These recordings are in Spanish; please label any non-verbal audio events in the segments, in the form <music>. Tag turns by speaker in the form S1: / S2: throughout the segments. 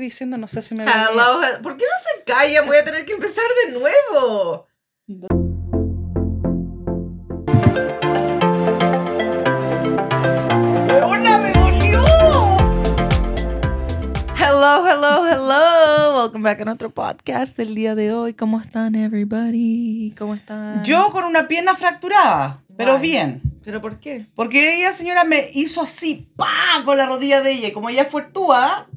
S1: diciendo, no sé si <laughs> me va
S2: Hello, he- ¿Por qué no se calla? Voy a tener que empezar de nuevo.
S1: ¡Una me dolió!
S2: Hello, hello, hello. Welcome back a nuestro podcast del día de hoy. ¿Cómo están, everybody? ¿Cómo están?
S1: Yo con una pierna fracturada, pero
S2: Guay.
S1: bien.
S2: ¿Pero por qué?
S1: Porque ella, señora, me hizo así, pa, con la rodilla de ella. Y Como ella fue túa,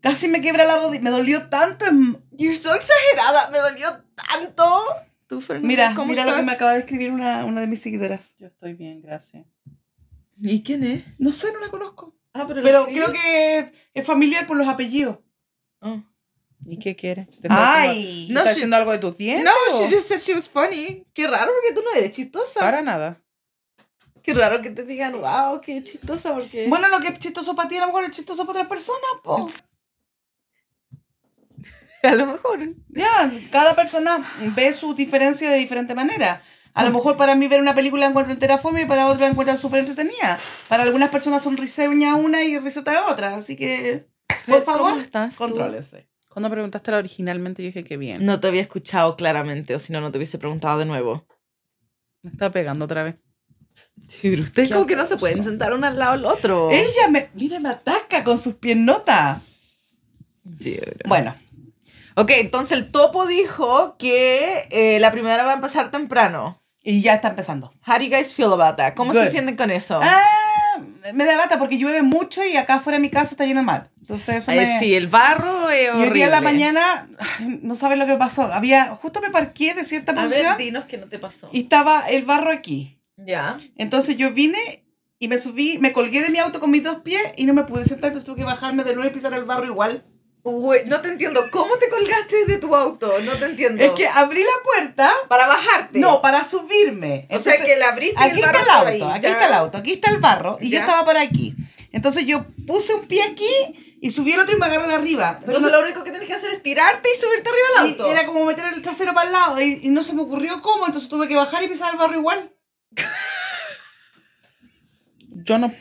S1: casi me quebra la rodilla. Me dolió tanto. em-
S2: You're so exagerada. Me dolió tanto. Tú, Fernanda,
S1: Mira,
S2: ¿cómo
S1: mira lo que me
S2: estás?
S1: acaba de escribir una, una de mis seguidoras. Yo estoy bien, gracias.
S2: ¿Y quién es?
S1: No sé, no la conozco.
S2: Ah, pero,
S1: Pero creo que es familiar por los apellidos.
S2: Oh.
S3: ¿Y qué quieres? ¿Te está haciendo-
S1: ¡Ay!
S3: ¿Te
S2: No,
S3: está
S2: she-
S3: haciendo algo de tus dientes?
S2: No,
S3: o-
S2: she just said she was funny. Qué raro porque tú no eres chistosa.
S3: Para nada.
S2: Qué raro que te digan, wow, qué chistosa porque...
S1: Bueno, lo que es chistoso para ti, a lo mejor es chistoso para otras personas, po.
S2: <laughs> a lo mejor.
S1: Ya, cada persona ve su diferencia de diferente manera. A lo mejor para mí ver una película la encuentro entera fome y para otra la encuentro súper entretenida. Para algunas personas son risueñas una y risota otra. Así que,
S2: ¿Cómo
S1: por favor,
S2: estás tú?
S1: contrólense.
S3: Cuando preguntaste la originalmente, yo dije que bien.
S2: No te había escuchado claramente, o si no, no te hubiese preguntado de nuevo.
S3: Me está pegando otra vez.
S2: Pero ustedes
S1: Qué
S2: como que no se
S1: abuso.
S2: pueden sentar uno al lado del otro.
S1: Ella me, mira, me ataca con sus piernotas.
S2: Dude.
S1: Bueno,
S2: Ok, entonces el topo dijo que eh, la primera va a empezar temprano.
S1: y ya está empezando.
S2: How do you guys feel about that? ¿Cómo se
S1: Good.
S2: sienten con eso?
S1: Ah, me da lata porque llueve mucho y acá afuera de mi casa está lleno de mar. Entonces eso
S2: Eh,
S1: me...
S2: sí, el barro es
S1: Y hoy día en
S2: horrible.
S1: la mañana, no sabes lo que pasó. Había, justo me parqué de cierta
S2: A
S1: posición
S2: ver, dinos que no te pasó.
S1: y estaba el barro aquí.
S2: Ya.
S1: Entonces yo vine y me subí, me colgué de mi auto con mis dos pies y no me pude sentar, entonces tuve que bajarme de nuevo y pisar el barro igual.
S2: Güey, no te entiendo. ¿Cómo te colgaste de tu auto? No te entiendo.
S1: Es que abrí la puerta,
S2: Para bajarte.
S1: no, para subirme.
S2: O sea,
S1: Entonces,
S2: que la abriste y
S1: Aquí
S2: el
S1: está
S2: barro
S1: el
S2: estaba
S1: auto,
S2: ahí,
S1: aquí
S2: ya.
S1: está el auto, aquí está el barro y
S2: Ya.
S1: yo estaba para aquí. Entonces yo puse un pie aquí y subí el otro y me agarré de arriba. Pero
S2: Entonces
S1: no-
S2: lo único que tienes que hacer es tirarte y subirte arriba del
S1: y
S2: auto.
S1: era como meter el trasero para el lado y, y no se me ocurrió cómo, entonces tuve que bajar y pisar el barro igual.
S3: Yo no,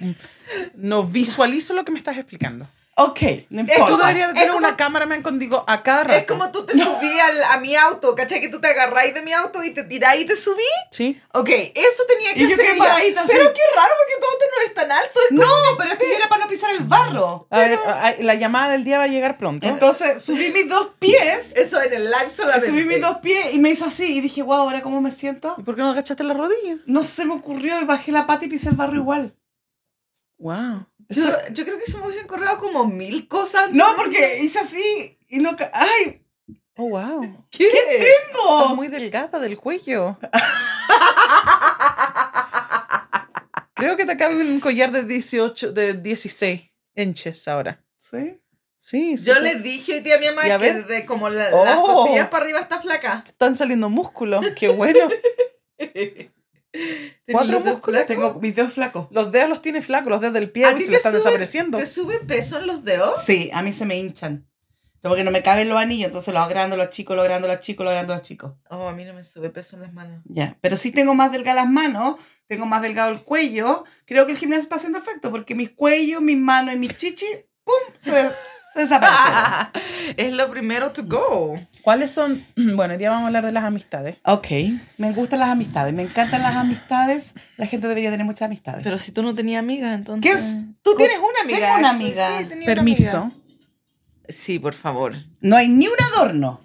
S3: no visualizo lo que me estás explicando.
S1: Ok, no importa.
S3: Tú deberías
S2: Es
S3: de tener
S2: como-
S3: una cámara man contigo a cada rato.
S2: Es como tú te subí al- a mi auto, ¿cachai? Que tú te agarráis de mi auto y te tiráis y te subí.
S3: ¿Sí?
S2: Ok, eso tenía que
S1: Y yo
S2: hacer
S1: quedé
S2: ella.
S1: paradita así.
S2: Pero qué raro porque tu auto no es tan alto. es
S1: No, pero es que yo era para no pisar el barro.
S3: A ver, ay, la llamada del día va a llegar pronto.
S1: Entonces subí mis dos pies,
S2: como- Eso en el live solamente.
S1: subí mis dos pies y me hice así y dije, wow, ¿ahora cómo me siento?
S3: ¿Y por qué no agachaste la rodilla?
S1: No se me ocurrió y bajé la pata y pisé el barro igual.
S3: Wow.
S2: Yo,
S1: Eso-
S2: yo creo que se me hubiesen corrido como mil cosas.
S1: no, porque hice así y no... ca- ¡Ay,
S3: Oh, wow.
S2: ¿Qué?
S3: Estás
S1: tengo!
S3: muy delgada del cuello. Creo que te cabe un collar de 18, de 16 inches ahora.
S1: ¿Sí?
S3: Sí, sí.
S2: Yo le dije hoy día a mi mamá
S3: Y a
S2: que
S3: ver.
S2: de como la-
S3: Oh.
S2: las costillas para arriba está flaca. <laughs>
S3: están saliendo músculos.
S1: <laughs>
S3: Qué bueno. Cuatro
S2: Los dos
S3: músculos.
S2: flacos.
S1: Tengo mis dedos flacos.
S3: Los dedos los tiene flacos, los dedos del pie
S2: ¿A
S3: güey,
S2: ti
S3: se
S2: te
S3: le están
S2: suben-
S3: desapareciendo.
S2: ¿Te sube peso en los dedos?
S1: Sí, a mí se me hinchan. Porque no me caben los anillos, entonces los agrando, los chicos, los agrando, los chicos, los agrando, los chicos.
S2: Oh, a mí no me sube peso en las manos.
S1: Ya, pero sí tengo más delgadas las manos, tengo más delgado el cuello. Creo que el gimnasio está haciendo efecto porque mis cuellos, mis manos y mis chichi, ¡pum! se, des- se
S3: <laughs>
S1: desaparecieron.
S2: <laughs> es lo primero to go.
S3: ¿Cuáles son? <clears throat> Bueno, hoy día vamos a hablar de las amistades.
S1: Ok, me gustan las amistades, me encantan las amistades. La gente debería tener muchas amistades.
S2: Pero si tú no tenías amiga, entonces.
S1: ¿Qué es?
S2: Tú tienes una amiga.
S1: Tengo una
S2: sí,
S1: amiga.
S2: Sí, tenía una
S3: Permiso.
S2: amiga. Sí, por favor.
S1: No hay ni un adorno.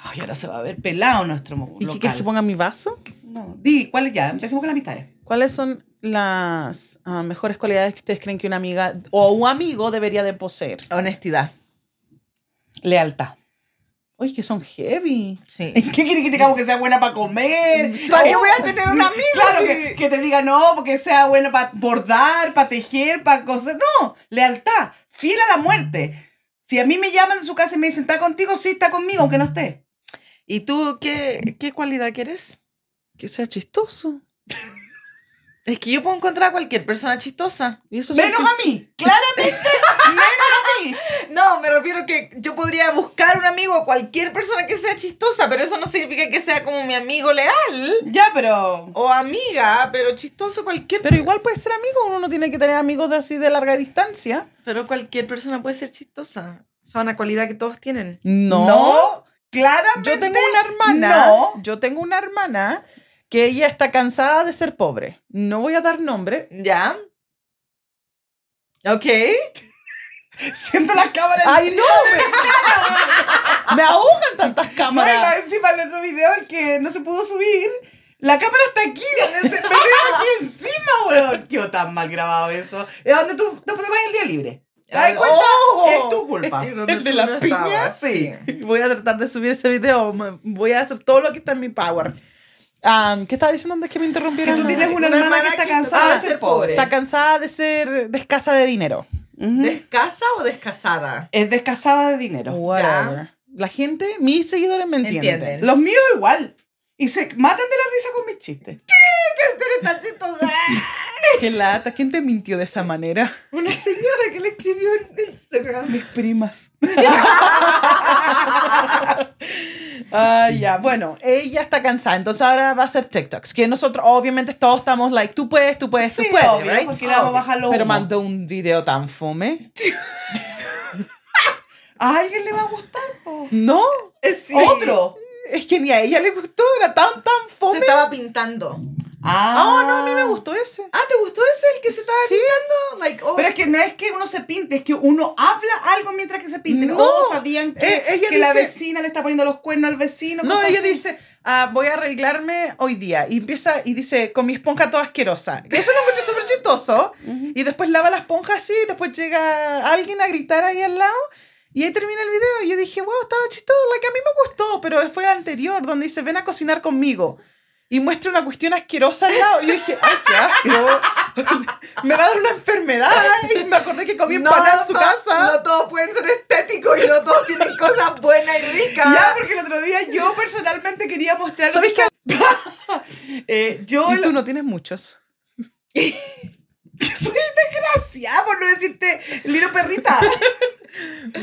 S1: Ay, ahora se va a ver pelado nuestro mo-
S3: ¿Y qué quieres que
S1: local.
S3: ponga en mi vaso?
S1: No, di, ¿cuál es ya? Empecemos con las amistades.
S3: ¿Cuáles son las ah, mejores cualidades que ustedes creen que una amiga o un amigo debería de poseer?
S2: Honestidad.
S1: Lealtad. <laughs>
S3: Uy, que son heavy.
S2: Sí.
S1: ¿Qué quiere que digamos que sea buena para comer?
S2: Mm,
S1: Oh, mm,
S2: ¿Para qué voy a tener un amigo
S1: <laughs> Claro,
S2: si-
S1: que, que te diga no, porque sea buena para bordar, para tejer, para coser. No, lealtad, fiel a la muerte. Si a mí me llaman de su casa y me dicen, ¿está contigo? Sí, está conmigo, aunque no esté.
S2: ¿Y tú qué, qué cualidad quieres?
S3: Que sea chistoso.
S2: Es que yo puedo encontrar a cualquier persona chistosa.
S3: Y eso son
S1: Menos a
S3: fis-
S1: mí, claramente, menos a mí.
S2: No, me refiero que yo podría buscar un amigo a cualquier persona que sea chistosa, pero eso no significa que sea como mi amigo leal
S1: Ya, pero.
S2: o amiga, pero chistoso cualquier.
S3: Pero igual puede ser amigo, uno no tiene que tener amigos de así de larga distancia.
S2: Pero cualquier persona puede ser chistosa. Esa es una cualidad que todos tienen.
S1: No. claramente.
S3: Yo tengo una hermana.
S1: No.
S3: Yo tengo una hermana que ella está cansada de ser pobre. No voy a dar nombre.
S2: ¿Ya? Ok.
S1: Siento las cámaras.
S3: ¡Ay,
S1: encima. <laughs>
S3: no! Me, me ahogan <laughs> tantas
S1: No, y más
S3: cámaras.
S1: encima en otro video, el que no se pudo subir, la cámara está aquí, donde se me quedó
S3: <laughs>
S1: aquí encima, weón. Yo tan mal grabado eso. Es donde tú te pones el día libre. ¿Te das cuenta?
S3: ¡Oh!
S1: Es tu
S2: <laughs>
S1: culpa.
S3: El de las piñas,
S1: sí.
S3: Voy a tratar de subir ese video. me- Voy a hacer todo lo que está en mi power. Ah, ¿Qué estaba diciendo antes que me
S1: Que
S3: interrumpieran?
S1: tú tienes una, hermana, que está cansada
S2: Ah,
S1: de ser pobre.
S3: Está cansada de ser de escasa de dinero.
S1: Ujú.
S2: ¿Descasa o
S1: <laughs>
S2: descasada?
S1: Es descasada de dinero.
S3: Whatever. La gente, mis seguidores me entienden.
S2: Entienden.
S1: Los míos igual. Y se matan de la risa con mis chistes.
S2: Eres tan chistosa.
S3: Qué lata, ¿quién te mintió de esa manera?
S2: <laughs> Una señora que le escribió en Instagram.
S1: Mis primas.
S3: Ah, ya, bueno, ella está cansada, entonces ahora va a hacer TikToks. Que nosotros, obviamente, todos estamos like, tú puedes, tú puedes,
S1: Sí,
S3: tú puedes,
S1: obvio,
S3: right?
S1: porque le vamos a bajar los
S3: Pero
S1: humos.
S3: mandó un video tan fome.
S1: ¿A alguien le va a gustar? po?
S3: No,
S1: ¿Otro?
S3: es que ni a ella le gustó, era tan, tan
S2: Se
S3: fome.
S2: estaba pintando.
S1: Ah,
S3: Ah, no, a mí me gustó ese.
S2: Ah, ¿te gustó ese? El que se estaba
S3: Sí.
S2: pintando. Like, oh.
S1: Pero es que no es que uno se pinte, es que uno habla algo mientras que se pinte.
S3: No.
S1: No oh, sabían que,
S3: Eh, ella
S1: que la
S3: dice-
S1: vecina le está poniendo los cuernos al vecino.
S3: No,
S1: cosas
S3: ella
S1: así.
S3: dice, ah, voy a arreglarme hoy día. Y empieza y dice, con mi esponja toda asquerosa. Que Eso lo encuentro súper chistoso. Y después lava la esponja así, y después llega alguien a gritar ahí al lado. Y ahí termina el video. Y yo dije, wow, estaba chistoso. Like, a mí me gustó, pero fue el anterior, donde dice, ven a cocinar conmigo. Y muestra una cuestión asquerosa al lado. Y yo dije, ay, qué asco. <laughs> me va a dar una enfermedad. Y me acordé que comí empanada en su
S2: todos-
S3: casa.
S2: No todos pueden ser estéticos y no todos tienen
S1: <laughs>
S2: cosas buenas y ricas.
S1: Ya, porque el otro día yo personalmente quería mostrar.
S3: "Ah". ¿Sabes qué?
S1: Eh, <laughs> yo.
S3: Y tú no tienes muchos.
S1: soy desgraciada por no decirte, Lilo Perrita.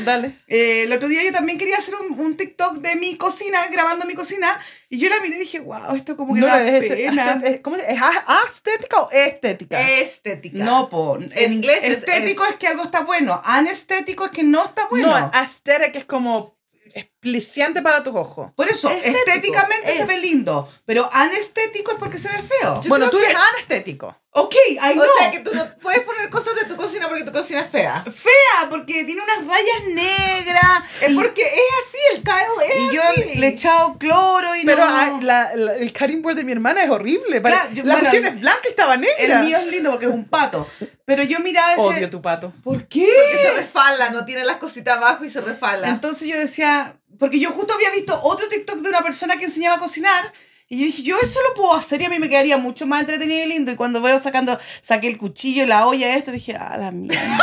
S3: Dale.
S1: Eh, el otro día yo también quería hacer un, un TikTok de mi cocina, grabando mi cocina. Y yo la miré y dije, wow, esto como que
S3: No,
S1: da
S3: es, este-
S1: pena.
S3: <laughs> es- ¿cómo se- ¿Es a- estética o estética?
S2: Eh, Estética.
S1: No, po. es-
S2: inglés es-
S1: Estético es, que algo está bueno. Anestético es que no está bueno.
S3: No, aesthetic es como espliciante para tus ojos.
S1: Por eso,
S2: Estético,
S1: estéticamente se
S2: es.
S1: ve lindo, pero anestético es porque se ve feo.
S2: Yo
S3: bueno,
S2: creo
S3: tú eres
S2: que-
S3: anestético.
S1: ok, I
S2: O
S1: know.
S2: sea que tú no puedes poner cosas de tu cocina porque tu cocina es fea.
S1: Fea, porque tiene unas rayas negras.
S2: Es
S1: y,
S2: porque es así, el tile es
S1: y yo
S2: así.
S1: le he echado cloro y
S3: Pero
S1: no.
S3: ah, la- la- el cutting board de mi hermana es horrible. pare-
S1: Claro, yo-
S3: la
S1: bueno,
S3: cuestión es blanca y estaba
S1: el
S3: negra.
S1: mío es lindo porque es un pato. Pero yo miraba ese.
S3: Odio tu pato.
S1: ¿Por qué?
S2: Porque se refala, no tiene las cositas abajo y se refala.
S1: Entonces yo decía, porque yo justo había visto otro TikTok de una persona que enseñaba a cocinar. Y yo dije, yo eso lo puedo hacer y a mí me quedaría mucho más entretenido y lindo. Y cuando veo sacando, saqué el cuchillo, la olla, esto, dije, ah,
S2: <laughs>
S1: la mierda.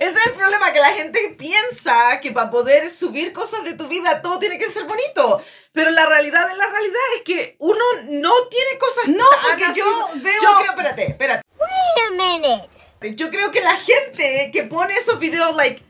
S2: Ese es el problema, que la gente piensa que para poder subir cosas de tu vida todo tiene que ser bonito. Pero la realidad de la realidad es que uno no tiene cosas
S1: No,
S2: tan
S1: porque
S2: así.
S1: yo veo-
S2: Yo creo, espérate, espérate.
S4: Wait a minute.
S2: Yo creo que la gente que pone esos videos, like,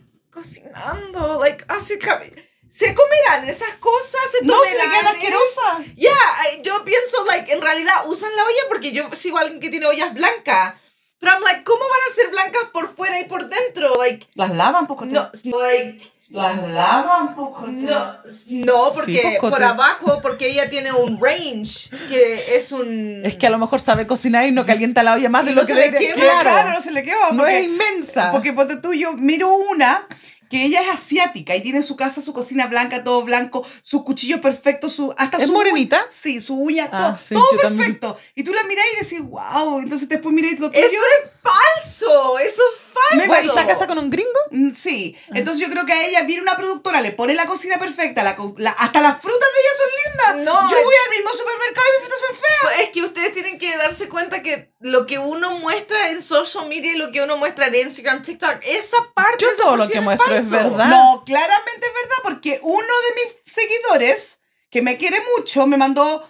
S2: cocinando, like, así, cab- se comerán esas cosas, se
S1: No, se le
S2: tomerán,
S1: queda
S2: ¿eh?
S1: asquerosa.
S2: Ya, I- yo pienso, like, en realidad usan la olla porque yo sigo a alguien que tiene ollas blancas. Pero I'm like, ¿cómo van a ser blancas por fuera y por dentro? Like,
S1: Las lavan, poco.
S2: no, like,
S1: Las lavan, poco.
S2: no, no,
S3: Sí,
S2: porque
S3: pues, Cote.
S2: por abajo, porque ella tiene un range que es un.
S3: Es que a lo mejor sabe cocinar y no calienta la olla más
S2: Mm. Y
S3: de
S2: no
S3: lo que
S2: se le
S3: debería.
S2: quema.
S1: Claro,
S3: Claro,
S1: no se le quema.
S3: no
S1: porque-
S3: es inmensa.
S1: Porque ponte tú, yo miro una que ella es asiática y tiene en su casa su cocina blanca, todo blanco, sus cuchillos perfectos, su, hasta
S3: ¿Es
S1: su
S3: morenita?
S1: uña- sí, su uña,
S3: Ah,
S1: todo,
S3: sí,
S1: todo
S3: yo también.
S1: perfecto. Y tú la miras y decís, wow, entonces después miráis lo tuyo.
S2: Eso es falso, eso es falso.
S3: Bueno, ¿Está casada con un gringo?
S1: Mm, Sí,
S3: Ah.
S1: entonces yo creo que a ella viene una productora, le pone la cocina perfecta, la co- la- hasta las frutas de ella son lindas.
S2: No,
S1: yo
S2: es-
S1: voy al mismo supermercado y mis frutas son feas.
S2: Es que ustedes tienen que darse cuenta que lo que uno muestra en social media y lo que uno muestra en Instagram, TikTok, esa parte.
S3: Yo
S2: esa
S3: todo lo
S2: porción
S3: que muestro es
S2: falso.
S3: verdad.
S1: No, claramente es verdad, porque uno de mis seguidores, que me quiere mucho, me mandó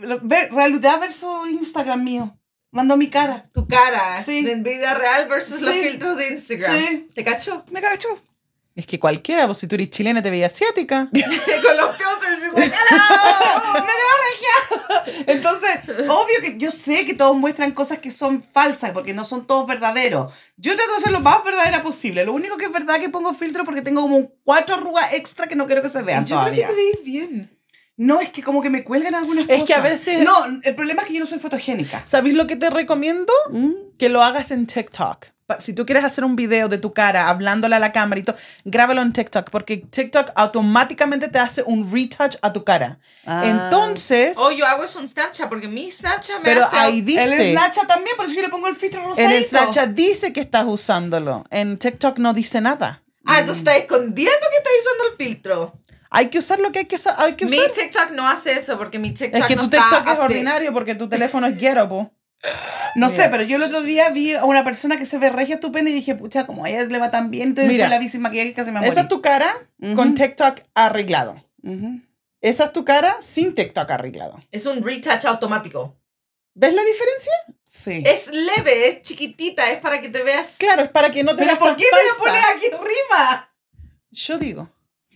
S1: ve- realidad versus Instagram mío. Mandó mi cara.
S2: Tu cara
S1: Sí.
S2: en vida real versus los
S1: Sí.
S2: filtros de Instagram.
S1: Sí.
S2: ¿Te cachó?
S1: Me cagachó.
S3: Es que cualquiera, vos si tú eres chilena te veía asiática.
S2: Con los filters, y like, <laughs> "Hello".
S1: ¡Me veo regiado! <laughs> Entonces, obvio que yo sé que todos muestran cosas que son falsas, porque no son todos verdaderos. Yo trato de ser lo más verdadera posible. Lo único que es verdad es que pongo filtro porque tengo como un cuatro arrugas extra que no quiero que se vean
S2: Yo creo que
S1: todavía.
S2: te veis bien.
S1: No, es que como que me cuelgan algunas
S3: Es
S1: cosas.
S3: que a veces-
S1: No, el problema es que yo no soy fotogénica.
S3: ¿Sabéis lo que te recomiendo? Que lo hagas en TikTok. Pa- Si tú quieres hacer un video de tu cara hablándole a la cámara y todo, grábalo en TikTok porque TikTok automáticamente te hace un retouch a tu cara.
S1: Ah.
S3: Entonces,
S2: O yo hago eso en Snapchat porque mi Snapchat me
S3: Oh, pero
S2: hace.
S3: ahí
S1: El
S3: dice,
S1: Snapchat también, por eso yo le pongo el filtro rosadito.
S3: en el Snapchat dice que estás usándolo. En TikTok no dice nada.
S2: Ah, entonces estás escondiendo que estás usando el filtro.
S3: Hay que usar lo que hay que, sa- hay que
S2: Mi
S3: usar.
S2: TikTok no hace eso porque mi TikTok
S3: Es que
S2: no
S3: tu
S2: está
S3: TikTok es
S2: update.
S3: ordinario porque tu teléfono es guero, po.
S1: No sé,
S3: Mira.
S1: pero yo el otro día vi a una persona que se ve regia estupenda y dije, pucha, como a ella le va tan bien, entonces
S3: Mira.
S1: después la vi sin maquillaje y casi me morí.
S3: Esa es tu cara
S1: Ujú.
S3: con TikTok arreglado.
S1: Ujú.
S3: Esa es tu cara sin TikTok arreglado.
S2: Es un retouch automático.
S3: ¿Ves la diferencia?
S1: Sí.
S2: Es leve, es chiquitita, es para que te veas.
S3: Claro, es para que no te
S1: ¿Pero
S3: veas
S1: por
S3: tan
S1: qué me la
S3: falsa.
S1: pones aquí arriba?
S3: Yo digo,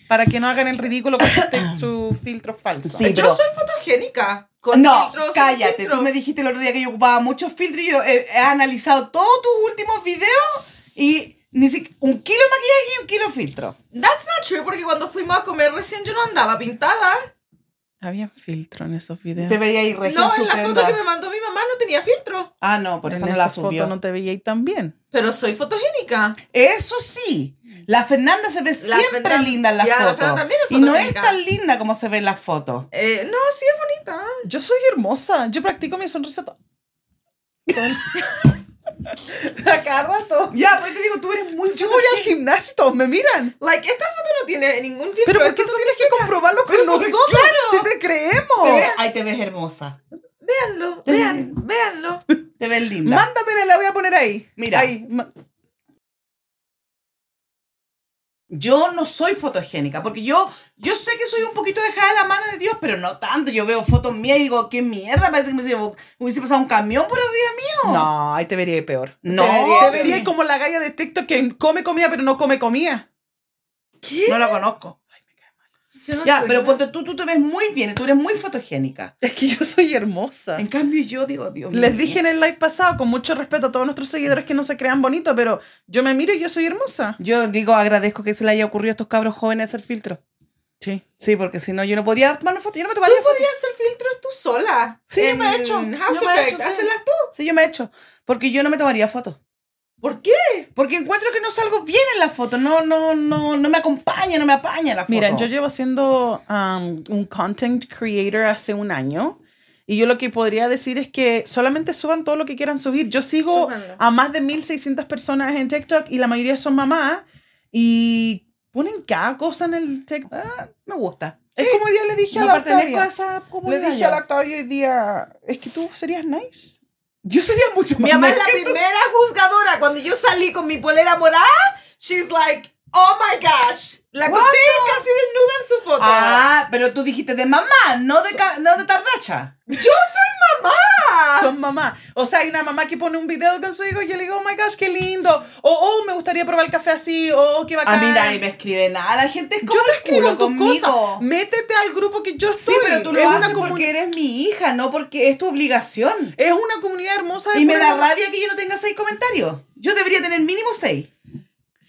S3: para que no hagan el ridículo con su, <coughs> te- su filtro falso.
S1: Sí.
S2: Yo
S1: pero-
S2: soy fotogénica. Con
S1: no,
S2: filtro, sin
S1: cállate.
S2: filtro.
S1: Tú me dijiste el otro día que yo ocupaba muchos filtros y yo eh, he, analizado todos tus últimos videos y ni siquiera un kilo de maquillaje y un kilo de filtro.
S2: That's not true porque cuando fuimos a comer recién yo no andaba pintada.
S3: Había filtro en esos videos.
S1: Te veía ahí regia
S2: No, en la
S1: estupenda.
S2: foto que me mandó mi mamá no tenía filtro.
S1: Ah, no, por
S3: en
S1: eso
S3: esa
S1: no la
S3: foto
S1: subió.
S3: no te veía ahí tan bien.
S2: Pero soy fotogénica.
S1: Eso sí, la Fernanda se ve siempre
S2: Fernan-
S1: linda en la
S2: Ya, la
S1: foto.
S2: Fernanda también es
S1: y no es
S2: fotogénica.
S1: tan linda como se ve en la foto.
S2: Eh, no, sí es bonita.
S3: Yo soy hermosa. Yo practico mi sonrisa. to-
S2: A cada rato.
S1: Ya, pero te digo, tú eres muy
S3: Yo voy al gimnasio y todos me miran.
S2: Like, esta foto no tiene ningún filtro.
S3: Pero ¿por qué
S2: Esto
S3: tú tienes que comprobarlo con nosotros? Si te creemos.
S1: Te ves- Ay, te ves hermosa.
S2: Véanlo,
S1: eh,
S2: vean, véanlo.
S1: Te ves linda.
S3: Mándamela, la voy a poner ahí.
S1: Mira.
S3: Ahí. ma-
S1: Yo no soy fotogénica, porque yo, yo sé que soy un poquito dejada de la mano de Dios, pero no tanto. Yo veo fotos mías y digo, qué mierda, parece que me hubiese, me hubiese pasado un camión por arriba mío.
S3: No, ahí te vería peor.
S1: No,
S3: Te
S1: sí.
S3: vería como la galla de TikTok que come comida pero no come comida.
S2: ¿Qué?
S1: no la conozco.
S2: Yo no
S1: Ya,
S2: soy
S1: pero
S2: nada.
S1: ponte tú, tú te ves muy bien, tú eres muy fotogénica.
S3: Es que yo soy hermosa.
S1: En cambio, yo digo, Dios
S3: Les
S1: mío.
S3: dije en el live pasado, con mucho respeto a todos nuestros seguidores que no se crean bonitos, pero yo me miro y yo soy hermosa.
S1: Yo digo, agradezco que se le haya ocurrido a estos cabros jóvenes hacer filtro.
S3: Sí.
S1: Sí, porque si no, yo no podría tomar fotos. Yo no me
S2: Tú
S1: tomaría fotos.
S2: podías hacer filtros tú sola.
S1: Sí, yo me he hecho.
S2: House
S1: Yo me he
S2: Effect,
S1: hecho, sí.
S2: hácelas tú.
S1: Sí, yo me he hecho. Porque yo no me tomaría fotos.
S2: ¿Por qué?
S1: Porque encuentro que no salgo bien en la foto. No, no, no, no me acompaña, no me apaña la foto.
S3: Miren, yo llevo siendo um, un content creator hace un año y yo lo que podría decir es que solamente suban todo lo que quieran subir. Yo sigo
S2: Súbanlo.
S1: ah,
S3: a más de 1600 personas en TikTok y la mayoría son mamás y ponen cada cosa en el TikTok.
S1: Ah, me gusta.
S3: Es como hoy día le dije
S1: No
S3: a la
S1: pertenezco a
S3: Octavia.
S1: esa
S3: Le
S1: comunidad.
S3: dije
S1: ya.
S3: a la Octavia hoy día, es que tú serías nice. Yo sería mucho más
S2: Mi mamá es
S3: nice
S2: la
S3: que tú.
S2: primera juzgadora. Cuando yo salí con mi polera morada, she's like, oh my gosh. La
S1: What?
S2: conté casi desnuda en su foto.
S1: Ah, pero tú dijiste de mamá, no de, ca- no de tardacha.
S2: ¡Yo soy mamá!
S3: son mamá. O sea, hay una mamá que pone un video con su hijo y yo le digo, oh my gosh, qué lindo. O, oh, me gustaría probar el café así. O, oh, qué
S1: A
S3: bacán.
S1: mí nadie me escribe nada. La gente es
S3: Yo
S1: como
S3: te
S1: el culo
S3: escribo tus
S1: conmigo.
S3: cosas. Métete al grupo que yo
S1: Sí,
S3: estoy.
S1: pero tú lo
S3: es
S1: haces
S3: comuni-
S1: porque eres mi hija, no porque es tu obligación.
S3: Es una comunidad hermosa. de
S1: Y me
S3: puras
S1: da
S3: mamás.
S1: rabia que yo no tenga seis comentarios. Yo debería tener mínimo seis.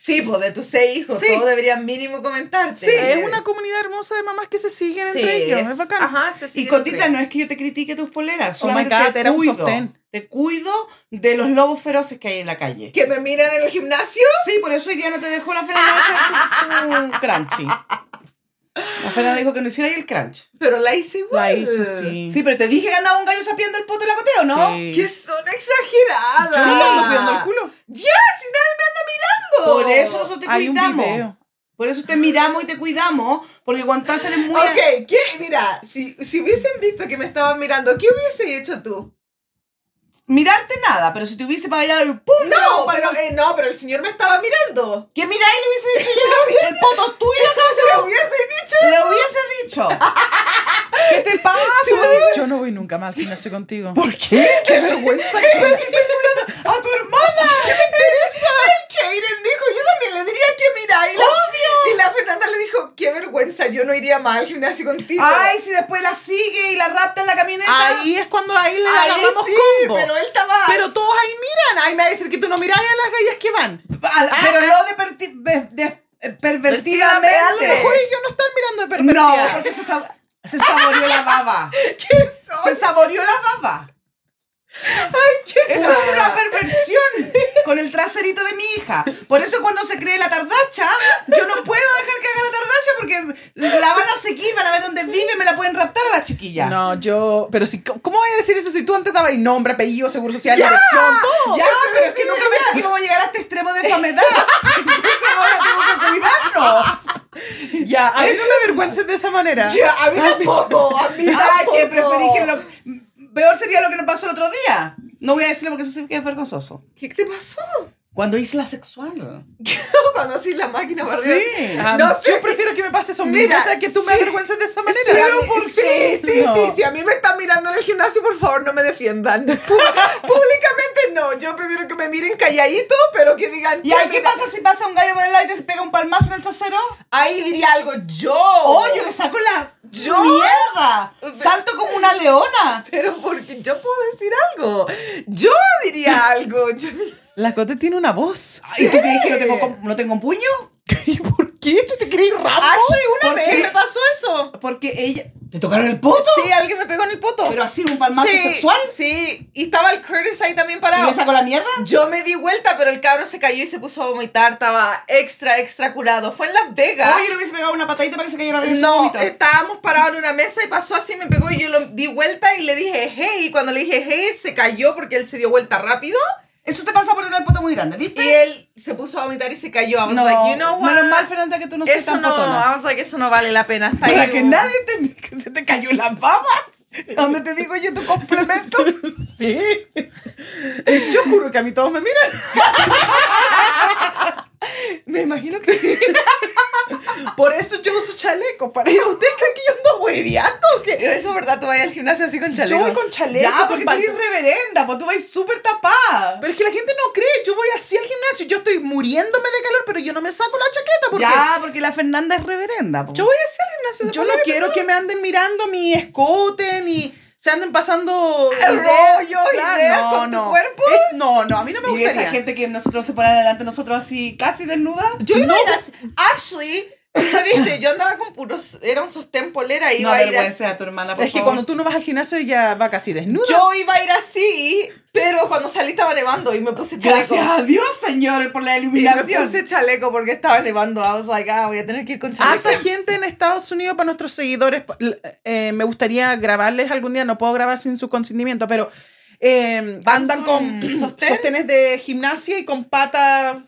S2: Sí, pues de tus seis hijos,
S1: Sí.
S2: todos deberían mínimo comentarte.
S3: Sí, es una comunidad hermosa de mamás que se siguen entre ellos. Es, bacán.
S2: Ajá, se
S1: Y
S2: siguen
S1: Cotita,
S2: entre-
S1: no es que yo te critique tus poleras,
S3: Oh my
S1: solamente
S3: God,
S1: te
S3: era un
S1: cuido.
S3: sostén.
S1: Te cuido de los lobos feroces que hay en la calle.
S2: ¿Que me miran en el gimnasio?
S1: Sí, por eso hoy día no te dejó la Fernanda hacer tu, tu crunchy. La Fernanda dijo que no hiciera ahí el crunch.
S2: Pero la hice igual.
S3: La hizo, sí.
S1: Sí, pero te dije que andaba un gallo sapiendo el poto y la coteo, ¿no?
S3: Sí.
S2: ¡Que son exageradas!
S3: Yo no te ando cuidando el
S2: ¡Ya!
S3: culo.
S2: Si nadie me anda mirando.
S1: Por eso nosotros te
S3: Hay un
S1: cuidamos.
S3: video.
S1: Por eso te miramos y te cuidamos, porque cuando estás eres muy...
S2: Ok, ¿qué? Mira, si, si hubiesen visto que me estaban mirando, ¿qué hubiese hecho tú?
S1: Mirarte nada, pero si te hubiese pagado el pum,
S2: No,
S1: pero...
S2: pero, eh, no, pero el señor me estaba mirando.
S1: Que mira, él hubiese dicho yo, el poto es tuyo,
S2: <laughs> ¿Qué hubiese dicho?
S1: le hubiese dicho. ¿Qué te pasa?
S3: Yo no voy nunca más al gimnasio contigo.
S1: ¿Por qué?
S3: ¡Qué vergüenza!
S1: Pero si estoy cuidando a tu hermana.
S2: ¿Qué me interesa? Ay, Kaden dijo, yo también le diría que mira. Y la-
S1: ¡Obvio!
S2: vergüenza, yo no iría más al gimnasio contigo.
S1: Ay, si después la sigue y la rapta en la camioneta.
S3: Ahí es cuando ahí le
S2: Ahí
S3: agarramos
S2: sí,
S3: combo.
S2: pero él está más.
S3: Pero todos ahí miran. Ahí me va a decir que tú no miras a las gallas que van.
S1: Al-
S3: Ah,
S1: pero
S3: ah.
S1: no de perti- be- de- eh, pervertidamente.
S2: Pervertidamente,
S3: A lo mejor ellos no están mirando de
S1: No,
S3: pervertida.
S1: porque se, sab- se saboreó la baba.
S2: ¿Qué soy?
S1: Se saboreó la baba. Eso es una perversión con el traserito de mi hija. Por eso cuando se cree la tardacha, yo no puedo dejar que haga la tardacha porque la van a seguir, van a ver dónde vive, me la pueden raptar a la chiquilla.
S3: No, yo. Pero si, ¿cómo voy a decir eso si tú antes dabas ahí nombre, apellido, seguro social, dirección, todo?
S1: Ya, pero es que nunca pensé que íbamos a llegar a este extremo de famedad. Entonces ahora tengo que cuidarnos.
S3: Ya, a mí no me avergüences de esa manera.
S2: Ya, a mí tampoco, a mí
S1: Ay,
S2: tampoco.
S1: que preferís que lo. Peor sería lo que nos pasó el otro día. No voy a decirlo porque eso sí que es vergonzoso.
S2: ¿Qué te pasó? <laughs>
S1: Cuando hice la sexual.
S2: Cuando así la máquina para arriba.
S1: Sí.
S3: Ah,
S2: No sé
S3: yo
S2: si-
S3: prefiero que me pase eso
S2: Mira,
S3: mismo. O sea, que tú me
S2: sí.
S3: avergüences de esa manera.
S2: Sí, a mí-
S1: ¿por
S2: sí,
S1: qué?
S2: sí,
S3: No.
S2: sí, Si a mí me están mirando en el gimnasio, por favor, no me defiendan. Pú- Públicamente no. Yo prefiero que me miren calladito, pero que digan.
S1: ¿Y ahí qué
S2: mira,
S1: pasa si pasa un gallo por el lado y te pega un palmazo en el trasero?
S2: Ahí diría algo yo.
S1: ¡Oh, yo le saco la
S2: Yo-
S1: mierda! ¡Salto como una leona!
S2: Pero porque yo puedo decir algo. Yo diría algo. Yo-
S3: La Cote tiene una voz. <laughs>
S1: ¿Y tú crees que no tengo, com- no tengo un puño?
S3: ¿Y por qué? ¿Tú te crees
S2: Ay,
S3: Rambo?
S2: Ah, una
S1: ¿Por
S2: vez
S1: qué?
S2: me pasó eso.
S1: Porque ella... ¿Te tocaron el poto?
S2: Sí, alguien me pegó en el poto.
S1: Pero así, un palmazo
S2: Sí,
S1: sexual.
S2: Sí, y estaba el Curtis ahí también
S1: ¿Y
S2: parado.
S1: le saco la mierda?
S2: Yo me di vuelta, pero el cabro se cayó y se puso a vomitar. Estaba extra, extra curado. Fue en Las Vegas.
S1: Oye, le hubiese pegado una patadita para que se cayera arriba de su
S2: No, eh.
S1: vómito.
S2: estábamos parados en una mesa y pasó así, me pegó y yo lo di vuelta y le dije, hey, y cuando le dije, hey, se cayó porque él se dio vuelta rápido
S1: Eso te pasa por tener el poto muy grande, ¿viste?
S2: y él se puso a vomitar y se cayó. I was
S1: Eh. No,
S2: like, you know what?
S1: menos mal, Fernanda, que tú no seas
S2: eso
S1: tan
S2: no,
S1: potona.
S2: I was like, eso no vale la pena. Está
S1: Para
S2: ahí
S1: que
S2: un-
S1: nadie te, que se te cayó la baba. Donde te digo yo tu complemento.
S3: Sí. Yo juro que a mí todos me miran.
S2: <laughs> Me imagino que sí.
S3: Por eso yo uso chaleco. Para ellos, ¿ustedes creen que yo ando hueviando o qué?
S2: Eso es verdad, tú vas al gimnasio así con chaleco.
S3: Yo voy con chaleco.
S1: ya,
S3: con
S1: porque tú
S3: panto-
S1: eres reverenda, pues tú vas súper tapada.
S3: Pero es que la gente no cree. Yo voy así al gimnasio. Yo estoy muriéndome de calor, pero yo no me saco la chaqueta porque
S1: ya, porque la Fernanda es reverenda. pues. po.
S2: Yo voy así al gimnasio.
S3: yo no quiero que me anden mirando mi escote ni se anden pasando
S2: El
S3: ideas,
S2: rollo, ideas con tu cuerpo.
S3: Es- no, no, a mí no me
S1: y esa
S3: gustaría.
S1: gente que nosotros se ponen adelante nosotros así casi desnuda.
S2: Yo iba a ir así. pues, Actually, ¿tú viste? Yo andaba con puros, era un sostén polera, iba
S1: no
S2: a ir así.
S1: avergüences a tu hermana, por
S3: Es que
S1: favor.
S3: cuando tú no vas al gimnasio ya va casi desnuda.
S2: Yo iba a ir así, pero cuando salí estaba nevando y me puse chaleco.
S1: Gracias a Dios, señor, por la
S2: Y me
S1: iluminación.
S2: puse chaleco porque estaba nevando. I was like, ah, voy a tener que ir con
S3: A
S2: chaleco.
S3: esa gente en Estados Unidos, para nuestros seguidores, pa- l- eh, me gustaría grabarles algún día, no puedo grabar sin su consentimiento, pero eh,
S2: Van
S3: andan
S2: con
S3: con
S2: sostén.
S3: sostenes de gimnasia y con pata.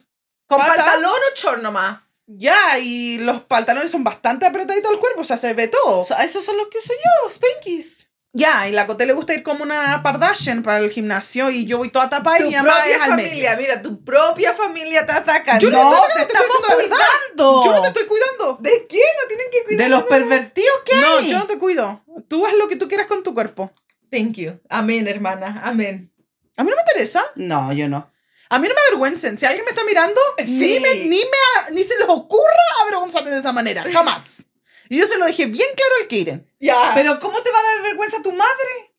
S2: con
S3: pata.
S2: pantalón o short nomás.
S3: Ya, y los pantalones son bastante apretaditos al cuerpo, o sea, se ve todo.
S2: O sea, esos son los que uso yo, Spankies.
S3: Ya, y la Cote le gusta ir como una Kardashian para el gimnasio y yo voy toda tapada y mi mamá es al medio.
S2: familia, mira, tu propia familia te ataca.
S3: Yo
S1: no,
S3: no,
S1: te
S3: te, estoy
S1: estamos
S3: diciendo la verdad.
S1: cuidando.
S3: Yo no te estoy cuidando.
S2: ¿De qué? No tienen que cuidar.
S1: De los pervertidos que
S3: No,
S1: hay.
S3: yo no te cuido. Tú haz lo que tú quieras con tu cuerpo.
S2: Thank you. Amén, hermana. Amén.
S3: A mí no me interesa.
S1: No, yo no.
S3: A mí no me avergüencen. Si alguien me está mirando,
S2: Sí.
S3: ni, me, ni, me- ni se les ocurra avergonzarme de esa
S1: <laughs>
S3: manera. Jamás. Y yo se lo dejé bien claro al Kaden.
S2: Ya.
S1: Pero ¿cómo te va a dar vergüenza tu madre?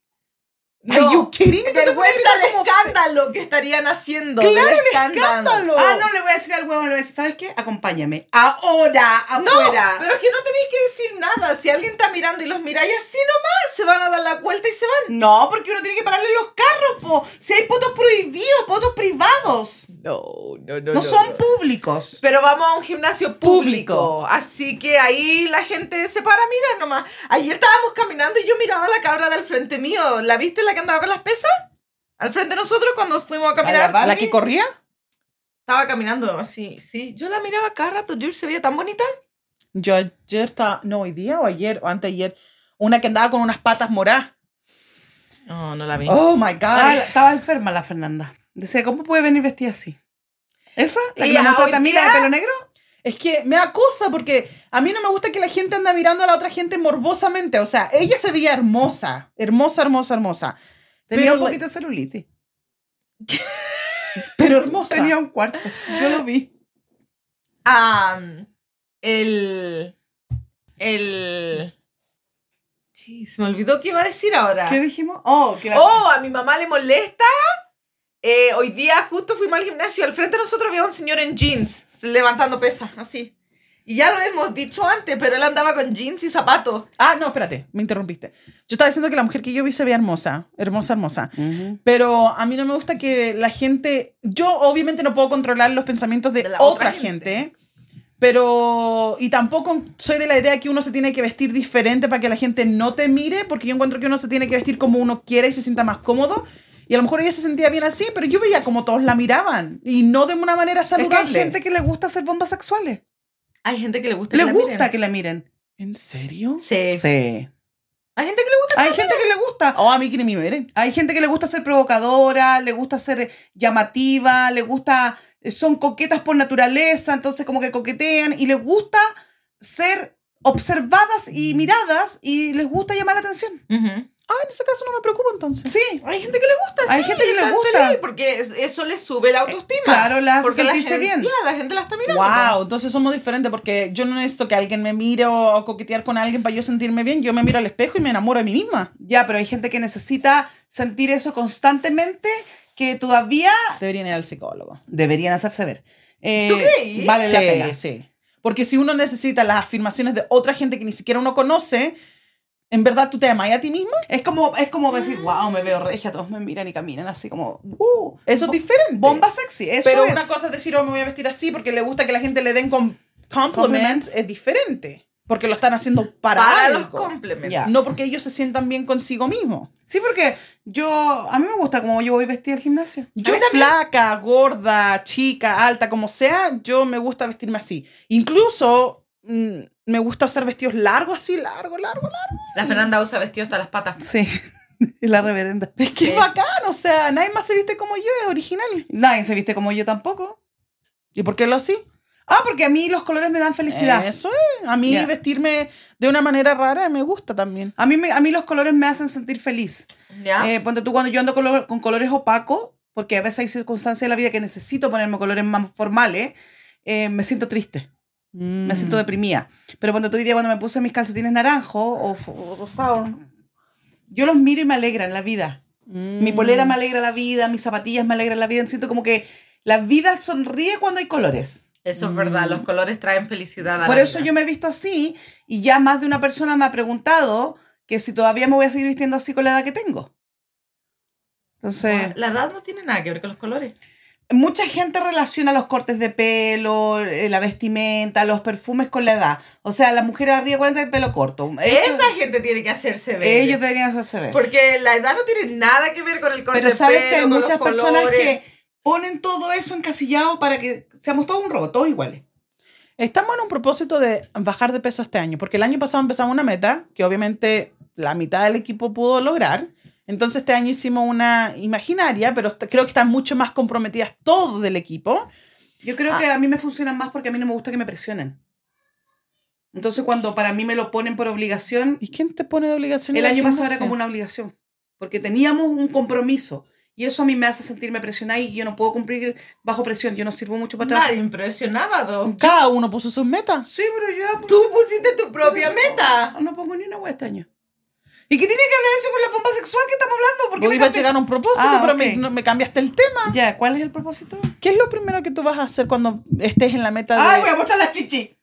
S3: Are you kidding me? ¿Tú te
S2: vergüenza
S3: puedes gritar
S2: del
S3: como-
S1: <laughs>
S2: escándalo que estarían haciendo.
S3: Claro,
S2: del
S3: el escándalo.
S1: Ah, no, le voy a decir al huevo, le voy a decir, ¿sabes qué? Acompáñame. Ahora,
S2: No,
S1: afuera.
S2: pero es que no tenéis que decir nada. Si alguien está mirando y los miráis así nomás, se van a dar la vuelta y se van.
S1: No, porque uno tiene que pararle los carros, po. Si hay potos prohibidos, potos privados.
S2: No, no,
S1: No son públicos.
S2: Pero vamos a un gimnasio público. Así que ahí la gente se para, mira nomás. Ayer estábamos caminando y yo miraba a la cabra del frente mío. ¿La viste la que andaba con las pesas? Al frente de nosotros cuando fuimos a
S1: A
S2: caminar.
S1: la Barbie.
S3: ¿La que corría?
S2: Estaba caminando así, sí. Yo la miraba cada rato. Yo se veía tan bonita.
S3: Yo ayer estaba... No, hoy día o ayer o anteayer. Una que andaba con unas patas moradas.
S2: No, no la vi.
S3: Oh, my God.
S1: Ah, la- estaba enferma la Fernanda. Decía, ¿cómo puede venir vestida así? ¿Esa? ¿La que
S2: Y
S1: la
S2: a
S1: mostró
S2: hoy
S1: también, la de
S2: día-
S1: pelo negro?
S3: Es que me acosa porque a mí no me gusta que la gente anda mirando a la otra gente morbosamente. O sea, ella se veía hermosa. Hermosa, hermosa, hermosa.
S1: Tenía
S3: Pero
S1: un
S3: la-
S1: poquito de celulitis.
S3: Pero hermosa.
S1: Tenía un cuarto. Yo lo vi.
S2: Ah, el... el... Sí, se me olvidó qué iba a decir ahora.
S1: ¿Qué dijimos? Oh, que la-
S2: Ah. Oh, a mi mamá le molesta. Eh, hoy día justo fuimos al gimnasio. Al frente de nosotros había un señor en jeans levantando pesas, así. Y ya lo hemos dicho antes, pero él andaba con jeans y zapatos.
S3: Ah, no, espérate, me interrumpiste. Yo estaba diciendo que la mujer que yo vi se veía hermosa, hermosa, hermosa.
S1: Ujú.
S3: Pero a mí no me gusta que la gente. Yo obviamente no puedo controlar los pensamientos de,
S2: De la
S3: otra,
S2: otra
S3: gente. Pero. Y tampoco soy de la idea que uno se tiene que vestir diferente para que la gente no te mire, porque yo encuentro que uno se tiene que vestir como uno quiera y se sienta más cómodo. Y a lo mejor ella se sentía bien así, pero yo veía como todos la miraban. Y no de una manera
S1: Es que
S3: saludable.
S1: hay gente que le gusta hacer bombas sexuales.
S2: Hay gente que le gusta. que
S1: Le
S2: la
S1: gusta
S2: miren.
S1: que la miren.
S3: ¿En serio?
S2: Sí.
S1: Sí.
S2: Hay gente que le gusta.
S1: Hay gente que le gusta.
S3: Oh, a mí que ni me miren.
S1: Hay gente que le gusta ser provocadora, le gusta ser llamativa, le gusta. Son coquetas por naturaleza, entonces como que coquetean y les gusta ser observadas y
S2: Mm.
S1: miradas y les gusta llamar la atención.
S2: Ujú.
S3: Ah, en ese caso no me preocupa entonces.
S1: Sí,
S2: Hay gente que le gusta.
S1: Hay
S2: sí,
S1: gente que le
S2: están
S1: gusta. Eh,
S2: felices Porque es- eso le sube la autoestima.
S1: claro, la hace
S2: Porque la
S1: sentirse
S2: gente-
S1: bien.
S2: ya, la gente la está mirando.
S3: Wow, entonces somos diferentes porque yo no necesito que alguien me mire o coquetear con alguien para yo sentirme bien. Yo me miro al espejo y me enamoro de mí misma.
S1: Ya, pero hay gente que necesita sentir eso constantemente que todavía
S3: Deberían ir al psicólogo.
S1: deberían hacerse ver. Eh,
S2: ¿Tú creí?
S1: Vale la pena.
S3: sí. Porque si uno necesita las afirmaciones de otra gente que ni siquiera uno conoce, ¿en verdad tú te amas a ti mismo?
S1: Es como, es como
S2: Ah.
S1: decir, wow, me veo regia, todos me miran y caminan así como, uh,
S3: Eso es
S1: bo-
S3: diferente.
S2: Eh,
S1: bomba sexy, eso
S3: Pero
S1: es.
S3: una cosa es decir, oh, me voy a vestir así porque le gusta que la gente le den com- compliments.
S1: Compliments.
S3: Es diferente. Porque lo están haciendo para,
S2: Para, los
S3: algo.
S2: complementos.
S1: Ya.
S3: No porque ellos se sientan bien consigo mismos.
S1: Sí, porque yo, a mí me gusta como yo voy vestida al gimnasio.
S3: Yo
S2: mí también.
S3: flaca, gorda, chica, alta, como sea, yo me gusta vestirme así. Incluso mm, me gusta usar vestidos largos así, largo, largo, largo.
S1: Mm.
S2: La Fernanda usa vestido hasta las patas.
S1: Sí, <laughs> es la reverenda.
S3: Es que
S2: Sí.
S3: es bacán, o sea, nadie más se viste como yo, es original.
S1: Nadie se viste como yo tampoco.
S3: ¿Y por qué lo así?
S1: Ah, porque a mí los colores me dan felicidad.
S3: Eso es. A mí
S1: Ya.
S3: vestirme de una manera rara me gusta también.
S1: A mí, me- a mí los colores me hacen sentir feliz.
S3: Ah.
S2: ¿Ya?
S1: Eh, ponte tú cuando yo ando color- con colores opacos, porque a veces hay circunstancias de la vida que necesito ponerme colores más formales, eh, me siento triste,
S3: Mm.
S1: me siento deprimida. Pero cuando tú día cuando me puse mis calcetines naranjo o, f- o rosado, yo los miro y me alegran la vida.
S3: Mm.
S1: Mi polera me alegra la vida, mis zapatillas me alegran la vida. Siento como que la vida sonríe cuando hay colores.
S2: Eso es verdad. Los colores traen felicidad a
S1: mm. Por
S2: la
S1: eso
S2: vida.
S1: yo me he visto así y ya más de una persona me ha preguntado que si todavía me voy a seguir vistiendo así con la edad que tengo. Entonces...
S2: La edad no tiene nada que ver con los colores.
S1: Mucha gente relaciona los cortes de pelo, eh, la vestimenta, los perfumes con la edad. O sea, las mujeres arriba de 40 el pelo corto. Ellos-
S2: Esa gente tiene que hacerse ver.
S1: ellos deberían hacerse ver.
S2: Porque la edad no tiene nada que ver con el corte
S1: Pero sabes que hay
S2: con los
S1: muchas personas
S2: colores.
S1: que ponen todo eso encasillado para que seamos todos un robot, todos iguales.
S3: Estamos en un propósito de bajar de peso este año, porque el año pasado empezamos una meta que obviamente la mitad del equipo pudo lograr. Entonces este año hicimos una imaginaria, pero est- creo que están mucho más comprometidas todos del equipo.
S1: Yo creo
S3: Ah.
S1: que a mí me funciona más porque a mí no me gusta que me presionen. Entonces, cuando para mí me lo ponen por obligación,
S3: ¿Y quién te pone de obligación?
S1: el
S3: ir al
S1: año pasado era
S3: gimnasio?
S1: como una obligación. Porque teníamos un compromiso. Y eso a mí me hace sentirme presionada y yo no puedo cumplir bajo presión. Yo no sirvo mucho para trabajar.
S2: Nadie impresionaba, Do.
S3: Cada uno puso sus metas.
S1: Sí, pero ya. pues,
S2: Tú pusiste tu propia meta.
S1: No, no pongo ni una hueá este año. ¿Y qué tiene que hablar eso con la bomba sexual que estamos hablando? ¿Por qué
S3: Porque
S1: me
S3: iba a
S1: cambias?
S3: llegar a un propósito,
S1: Ah,
S3: pero
S1: ok.
S3: me, no- me cambiaste el tema.
S1: Ya, ¿cuál es el propósito?
S3: ¿Qué es lo primero que tú vas a hacer cuando estés en la meta de...
S1: Ay, Ah, voy a mostrar la chichi.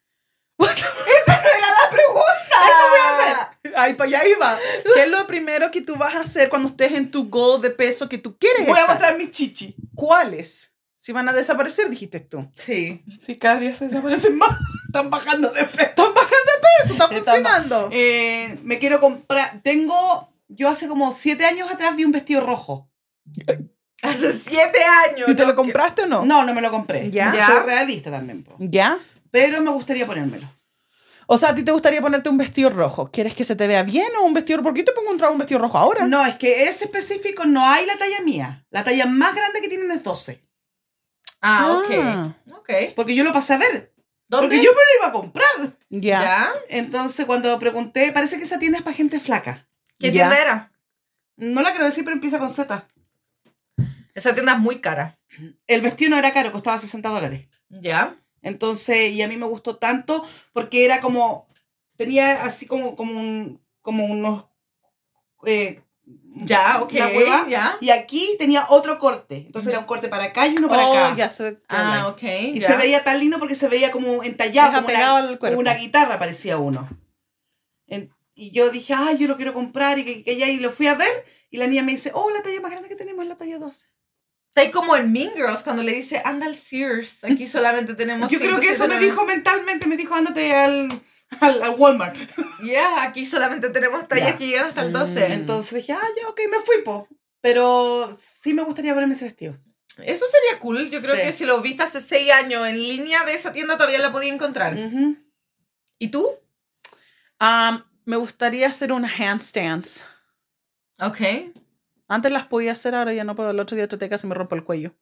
S2: Esa no era la pregunta.
S1: Eso voy a hacer.
S3: Ay, para allá iba. ¿Qué es lo primero que tú vas a hacer cuando estés en tu goal de peso que tú quieres?
S1: Voy a
S3: estar?
S1: mostrar mi chichi.
S3: ¿Cuáles? Si van a desaparecer, dijiste tú.
S2: Sí.
S1: Sí, cada día se desaparecen más. <laughs> Están bajando de peso.
S3: Están bajando de peso, está
S1: Están ba-
S3: funcionando.
S1: Eh, me quiero comprar. Tengo. Yo hace como siete años atrás vi un vestido rojo.
S2: Hace siete años.
S3: ¿Y te lo compraste o no?
S1: No, no me lo compré.
S3: Ya.
S1: Yo
S2: Ya.
S1: Soy realista también. po.
S3: ¿Ya?
S1: Pero me gustaría ponérmelo.
S3: O sea, ¿a ti te gustaría ponerte un vestido rojo? ¿Quieres que se te vea bien o un vestido rojo? ¿Por qué te pongo un, tra- un vestido rojo ahora?
S1: No, es que ese específico no hay la talla mía. La talla más grande que tienen es 12.
S2: Ah,
S3: Ah.
S2: ok. Ok.
S1: Porque yo lo pasé a ver.
S2: ¿Dónde?
S1: Porque yo me lo iba a comprar.
S3: Ya.
S2: ¿Ya?
S1: Entonces, cuando pregunté, parece que esa tienda es para gente flaca.
S2: ¿Qué
S3: Ya.
S2: tienda era?
S1: No la quiero decir, pero empieza con Z.
S2: Esa tienda es muy cara.
S1: El vestido no era caro, costaba 60 dólares.
S2: ¿Ya?
S1: Entonces, y a mí me gustó tanto porque era como tenía así como, como, un, como unos... eh,
S2: Ya, ok.
S1: una hueva,
S2: ya.
S1: Y aquí tenía otro corte. Entonces era un corte para acá y uno para acá.
S3: Oh, ya sé de qué
S2: Ah,
S3: hablar.
S2: ok.
S1: Y
S2: ya.
S1: se veía tan lindo porque se veía como entallado,
S3: Deja
S1: como
S3: pegado
S1: una,
S3: al cuerpo.
S1: como una guitarra parecía uno. En- y yo dije, ay, yo lo quiero comprar y que, que ya, y lo fui a ver. Y la niña me dice, oh, la talla más grande que tenemos es la talla 12.
S2: Está ahí como en Mean Girls cuando le dice, anda al Sears, <laughs> aquí solamente tenemos...
S1: yo creo
S3: pues
S2: cinco,
S1: que eso
S2: siete,
S1: me
S2: nueve".
S1: dijo mentalmente, me dijo, ándate al, al, al Walmart.
S2: Yeah, aquí solamente tenemos tallas
S1: Ya.
S2: que llegan hasta el
S3: Mm.
S2: 12.
S1: Entonces dije, ah, ya, ok, me fui, po. Pero sí me gustaría ponerme ese vestido.
S2: Eso sería cool. Yo creo
S1: Sí.
S2: que si lo viste hace 6 años en línea de esa tienda todavía la podía encontrar.
S1: Ujú.
S2: ¿Y tú?
S3: Um, me gustaría hacer unas handstands.
S2: Ok.
S3: Antes las podía hacer, ahora ya no puedo. El otro día traté casi me rompo el cuello.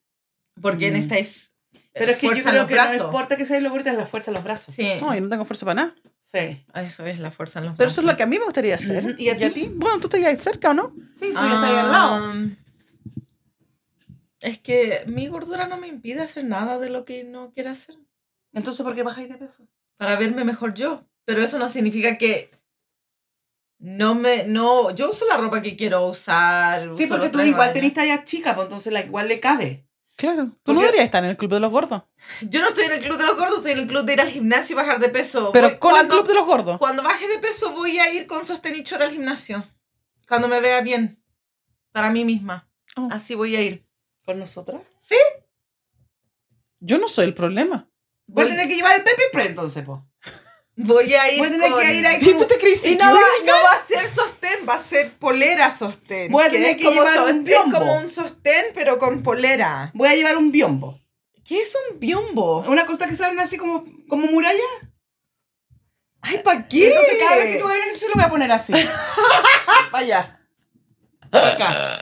S2: Porque
S1: Mm.
S2: necesitáis
S1: Pero es que yo
S2: fuerza en
S1: creo
S2: los
S1: que no
S2: brazos.
S1: importa que seas lo gorda, es la fuerza en los brazos.
S2: Sí.
S3: No, yo no tengo fuerza para nada.
S1: Sí.
S2: Eso es la fuerza en los
S3: Pero eso es lo que a mí me gustaría hacer.
S1: Ujú. ¿Y a ti?
S3: Bueno, tú estás ahí cerca, ¿o no?
S1: Sí,
S2: pues,
S1: tú ya estás ahí al lado.
S2: Um, Es que mi gordura no me impide hacer nada de lo que no quiera hacer.
S1: Entonces, ¿por qué bajáis de peso?
S2: Para verme mejor yo. Pero eso no significa que no me no yo uso la ropa que quiero usar.
S1: Sí,
S2: uso
S1: porque tú
S2: otras
S1: igual
S2: vainas.
S1: tenés talla chica, pues entonces la igual le cabe.
S3: Claro. Tú
S1: Porque-
S3: no deberías estar en el club de los gordos.
S2: Yo no estoy en el club de los gordos, estoy en el club de ir al gimnasio y bajar de peso.
S3: Pero
S2: Voy-
S3: con el
S2: cuando-
S3: club de los gordos.
S2: Cuando baje de peso voy a ir con sostenichor al gimnasio. Cuando me vea bien. Para mí misma.
S3: Oh.
S2: Así voy a ir.
S1: ¿Con nosotras?
S3: Yo no soy el problema.
S1: Voy a
S2: Voy-
S1: tener que llevar el Pepe Pre entonces, pues.
S2: Voy a ir
S1: Voy a tener
S2: con-
S1: que ir ahí
S3: ¿Y tú
S1: como...
S3: te crees
S2: Y no va, no va a ser sostén, va a ser polera sostén.
S1: Voy a tener
S2: es
S1: que
S2: como
S1: llevar
S2: sos-
S1: un
S2: es
S1: biombo.
S2: como un sostén, pero con polera.
S1: Voy a llevar un biombo.
S2: ¿Qué es un biombo?
S1: Una cosa que salen así como, como muralla.
S2: Ay, ¿para qué?
S1: Entonces cada vez que tú vayas yo lo voy a poner <laughs> así. Vaya. Acá.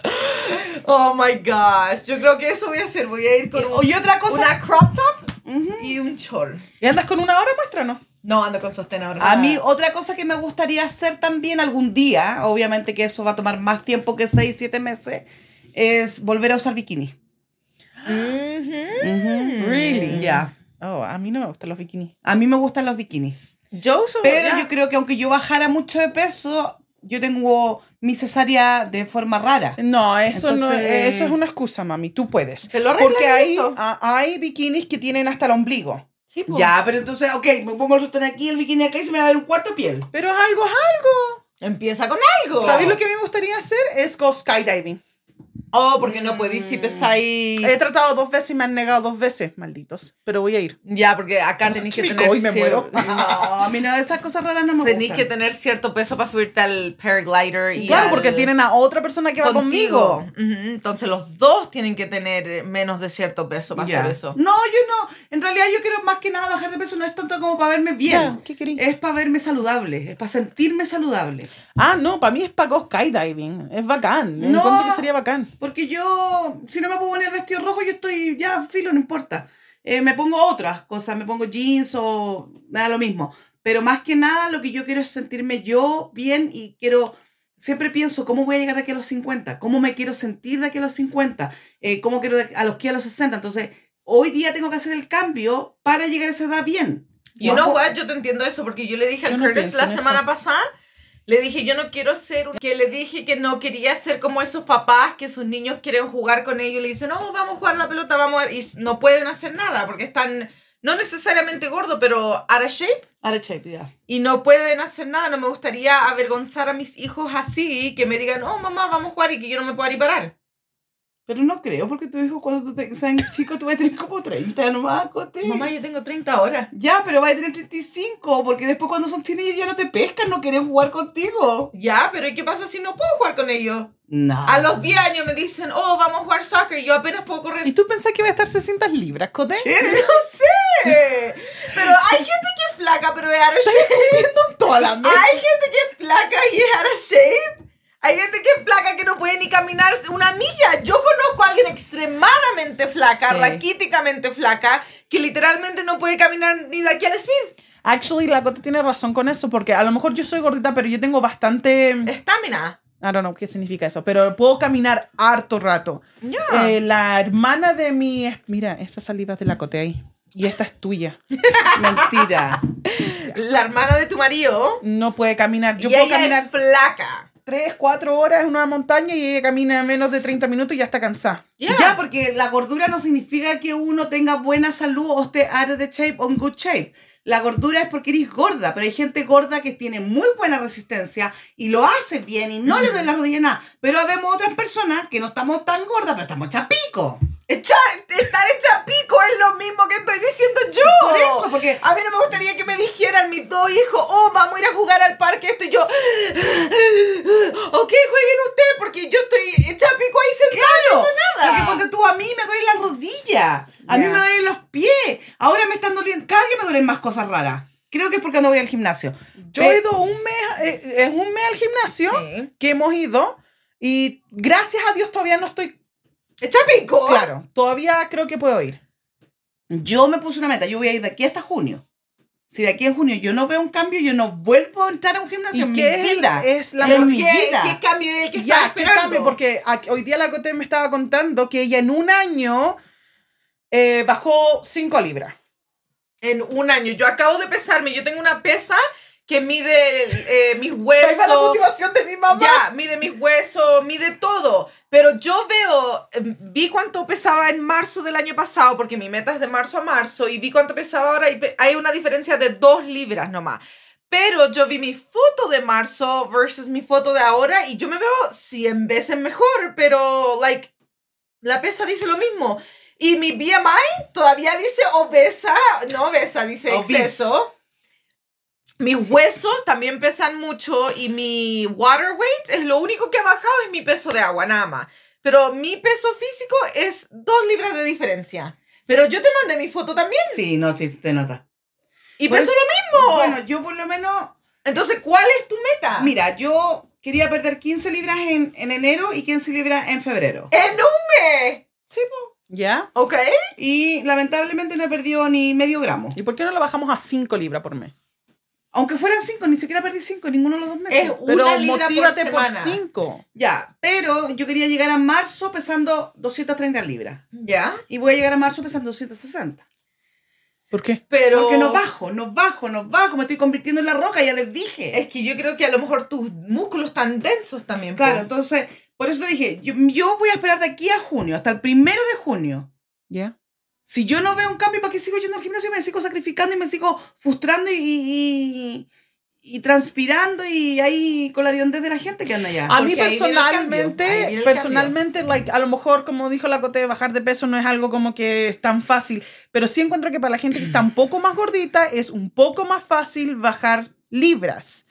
S2: Oh my gosh. Yo creo que eso voy a hacer. Voy a ir con un-
S1: Y otra cosa.
S2: una crop top
S1: Ujú.
S2: y un chol.
S3: ¿Y andas con una hora muestra o no?
S2: No, ando con sostén ahora.
S1: A mí otra cosa que me gustaría hacer también algún día, obviamente que eso va a tomar más tiempo que 6, 7 meses, es volver a usar bikini.
S2: Mhm.
S3: Really?
S1: Ya.
S3: Oh, a mí no me gustan los bikinis.
S1: A mí me gustan los bikinis.
S2: Yo uso
S1: Pero
S2: ya.
S1: yo creo que aunque yo bajara mucho de peso, yo tengo mi cesárea de forma rara.
S3: No, eso no
S1: Entonces-
S3: eso es una excusa, mami. Tú puedes.
S2: Te lo arreglan
S3: Porque
S2: y
S3: hay,
S2: listo.
S3: a- hay bikinis que tienen hasta el ombligo.
S2: Sí, po.
S1: Ya, pero entonces, ok, me pongo el sostén aquí, el bikini acá y se me va a ver un cuarto de piel.
S3: Pero algo es algo.
S2: Empieza con algo.
S3: ¿Sabes lo que a mí me gustaría hacer? Es go skydiving.
S2: Oh, porque no podéis si pesáis.
S3: He tratado dos veces y me han negado dos veces, malditos. Pero voy a ir.
S2: Ya, porque acá tenéis que
S3: Chico,
S2: tener.
S3: hoy
S2: <laughs>
S3: me muero.
S1: No, a mí no, esas cosas raras no me
S2: Tenéis
S1: gustan.
S2: Ah. que tener cierto peso para subirte al paraglider y
S3: Claro,
S2: al-
S3: porque tienen a otra persona que va
S2: contigo.
S3: conmigo.
S2: Ujú, Entonces los dos tienen que tener menos de cierto peso para
S1: Ya.
S2: hacer eso.
S1: No, yo no. En realidad yo quiero más que nada bajar de peso. No es tanto como para verme bien.
S3: Ya, ¿qué querí?
S1: es para verme saludable. Es para sentirme saludable.
S3: Ah, no, para mí es para go skydiving. Es bacán.
S1: No.
S3: Encuentro que sería bacán.
S1: Porque yo, si no me puedo poner el vestido rojo, yo estoy ya filo, no importa. Eh, me pongo otras cosas, me pongo jeans o me da lo mismo. Pero más que nada lo que yo quiero es sentirme yo bien y quiero, siempre pienso, ¿cómo voy a llegar de aquí a los 50? ¿Cómo me quiero sentir de aquí a los 50? Eh, ¿Cómo quiero de- a los que a los 60? Entonces, hoy día tengo que hacer el cambio para llegar a esa edad bien.
S2: You
S1: No
S2: know
S1: puedo-
S2: what? Yo te entiendo eso porque yo le dije al
S3: Yo no
S2: Curtis
S3: pienso
S2: la
S3: en eso.
S2: semana pasada, le dije, yo no quiero ser, una- que le dije que no quería ser como esos papás que sus niños quieren jugar con ellos y le dicen, no, vamos a jugar la pelota, vamos a... y s- no pueden hacer nada porque están, no necesariamente gordo, pero out of shape
S1: Ahora, shape, ya.
S2: y no pueden hacer nada. No me gustaría avergonzar a mis hijos así, que me digan, oh mamá, vamos a jugar y que yo no me pueda ni parar.
S1: Pero no creo, porque tu hijo cuando tú te, sean chico tú vas a tener como 30 nomás, Cote.
S2: Mamá, yo tengo 30 ahora.
S1: Ya, pero vas a tener 35, porque después cuando son teenagers ya no te pescan, no quieren jugar contigo.
S2: Ya, pero ¿y qué pasa si no puedo jugar con ellos?
S1: No.
S2: A los 10 años me dicen, oh, vamos a jugar soccer y yo apenas puedo
S3: ¿Y
S2: correr.
S3: tú pensás que va a estar 60 libras, Cote?
S2: <laughs> Pero hay gente que es flaca, pero es out of
S3: <laughs>
S2: shape.
S3: Toda la mierda.
S2: Hay gente que es flaca y es out of shape. Hay gente que es flaca que no puede ni caminar una milla. Yo conozco a alguien extremadamente flaca,
S3: Sí.
S2: raquíticamente flaca, que literalmente no puede caminar ni de aquí al Smith.
S3: Actually, la Cote tiene razón con eso, porque a lo mejor yo soy gordita, pero yo tengo bastante...
S2: Estamina.
S3: I don't know qué significa eso, pero puedo caminar harto rato.
S2: Ya.
S3: Eh, la hermana de mi... Mira, esa saliva es de la Cote ahí. Y esta es tuya.
S1: Mentira.
S2: la hermana de tu marido.
S3: No puede caminar. Yo
S2: y
S3: puedo
S2: ella
S3: caminar
S2: es flaca.
S3: 3, 4 horas en una montaña y ella camina menos de 30 minutos y ya está cansada.
S2: <laughs> Ya.
S1: Ya, porque la gordura no significa que uno tenga buena salud o esté out of the shape o in good shape. La gordura es porque eres gorda, pero hay gente gorda que tiene muy buena resistencia y lo hace bien y no le duele la rodilla nada. Pero vemos otras personas que no estamos tan gordas, pero estamos chapico.
S2: Echa- estar hecha pico es lo mismo que estoy diciendo yo.
S1: Por eso, porque-
S2: A mí no me gustaría que me dijeran mis dos hijos, oh, vamos a ir a jugar al parque esto y yo. Ok, jueguen ustedes porque yo estoy hecha pico ahí sentada
S1: ¡Claro!
S2: haciendo nada.
S1: Porque ponte tú, a mí me duele la rodilla, a mí
S3: Ya.
S1: me duelen los pies, ahora me están doliendo, cada día me duelen más cosas raras. Creo que es porque no voy al gimnasio.
S3: Yo he ido un mes, eh, es un mes al gimnasio
S2: Sí.
S3: que hemos ido y gracias a Dios todavía no estoy
S2: Hecha pico.
S3: claro. Todavía creo que puedo ir.
S1: Yo me puse una meta, yo voy a ir de aquí hasta junio. Si de aquí en junio yo no veo un cambio, yo no vuelvo a entrar a un gimnasio en mi
S3: qué es-
S1: vida.
S3: es la
S1: en
S2: ¿Qué,
S1: mi vida.
S2: ¿Qué cambio es el que
S3: ya,
S2: está
S3: que
S2: esperando?
S3: cambie, porque aquí- hoy día la Cote me estaba contando que ella en un año eh, bajó 5 libras.
S2: En un año, yo acabo de pesarme, yo tengo una pesa que mide eh, mis huesos.
S3: Ahí va la motivación de mi mamá.
S2: Ya, mide mis huesos, mide todo. Pero yo veo, eh, vi cuánto pesaba en marzo del año pasado, porque mi meta es de marzo a marzo, y vi cuánto pesaba ahora, y pe- hay una diferencia de dos libras nomás. Pero yo vi mi foto de marzo versus mi foto de ahora, y yo me veo 100 veces mejor, pero, like, la pesa dice lo mismo. Y mi BMI todavía dice obesa, no obesa, dice
S1: Obese.
S2: exceso. Mis huesos también pesan mucho y mi water weight es lo único que ha bajado es mi peso de agua, nada más. Pero mi peso físico es dos libras de diferencia. Pero yo te mandé mi foto también
S1: Sí, no, sí, te nota.
S2: y
S1: Bueno,
S2: peso lo mismo.
S1: Bueno, yo por lo menos,
S2: Entonces, ¿cuál es tu meta?
S3: Ah.
S1: mira, yo quería perder 15 libras en, en enero y 15 libras en febrero.
S2: ¡En un mes!
S1: Sí, po.
S3: ¿Ya?
S2: ¿Ok?
S3: ¿Eh?
S1: Y lamentablemente no he perdido ni medio gramo.
S3: ¿Y por qué no la bajamos a 5 libras por mes?
S1: Aunque fueran 5, ni siquiera perdí 5, ninguno de los dos meses.
S2: Es una
S3: Pero
S2: libra
S3: motívate
S2: por
S3: por
S2: semana.
S3: 5.
S1: Ya, pero yo quería llegar a marzo pesando 230 libras.
S2: ¿Ya?
S1: Y voy a llegar a marzo pesando 260.
S3: ¿Por qué?
S2: Pero...
S1: Porque no bajo, no bajo, no bajo. Me estoy convirtiendo en la roca, ya les dije.
S2: Es que yo creo que a lo mejor tus músculos están densos también. po.
S1: Claro, entonces, por eso te dije, yo, yo voy a esperar de aquí a junio, hasta el primero de junio.
S3: ¿Ya?
S1: Si yo no veo un cambio, ¿para qué sigo yendo al gimnasio? Y me sigo sacrificando y me sigo frustrando y, y, y transpirando y ahí con la diondez de la gente que anda allá.
S3: A mí
S2: Porque ahí viene el cambio, ahí viene
S3: personalmente,
S2: el
S3: personalmente, like, a lo mejor, como dijo la Cote, bajar de peso no es algo como que es tan fácil, pero sí encuentro que para la gente que está un poco más gordita es un poco más fácil bajar libras.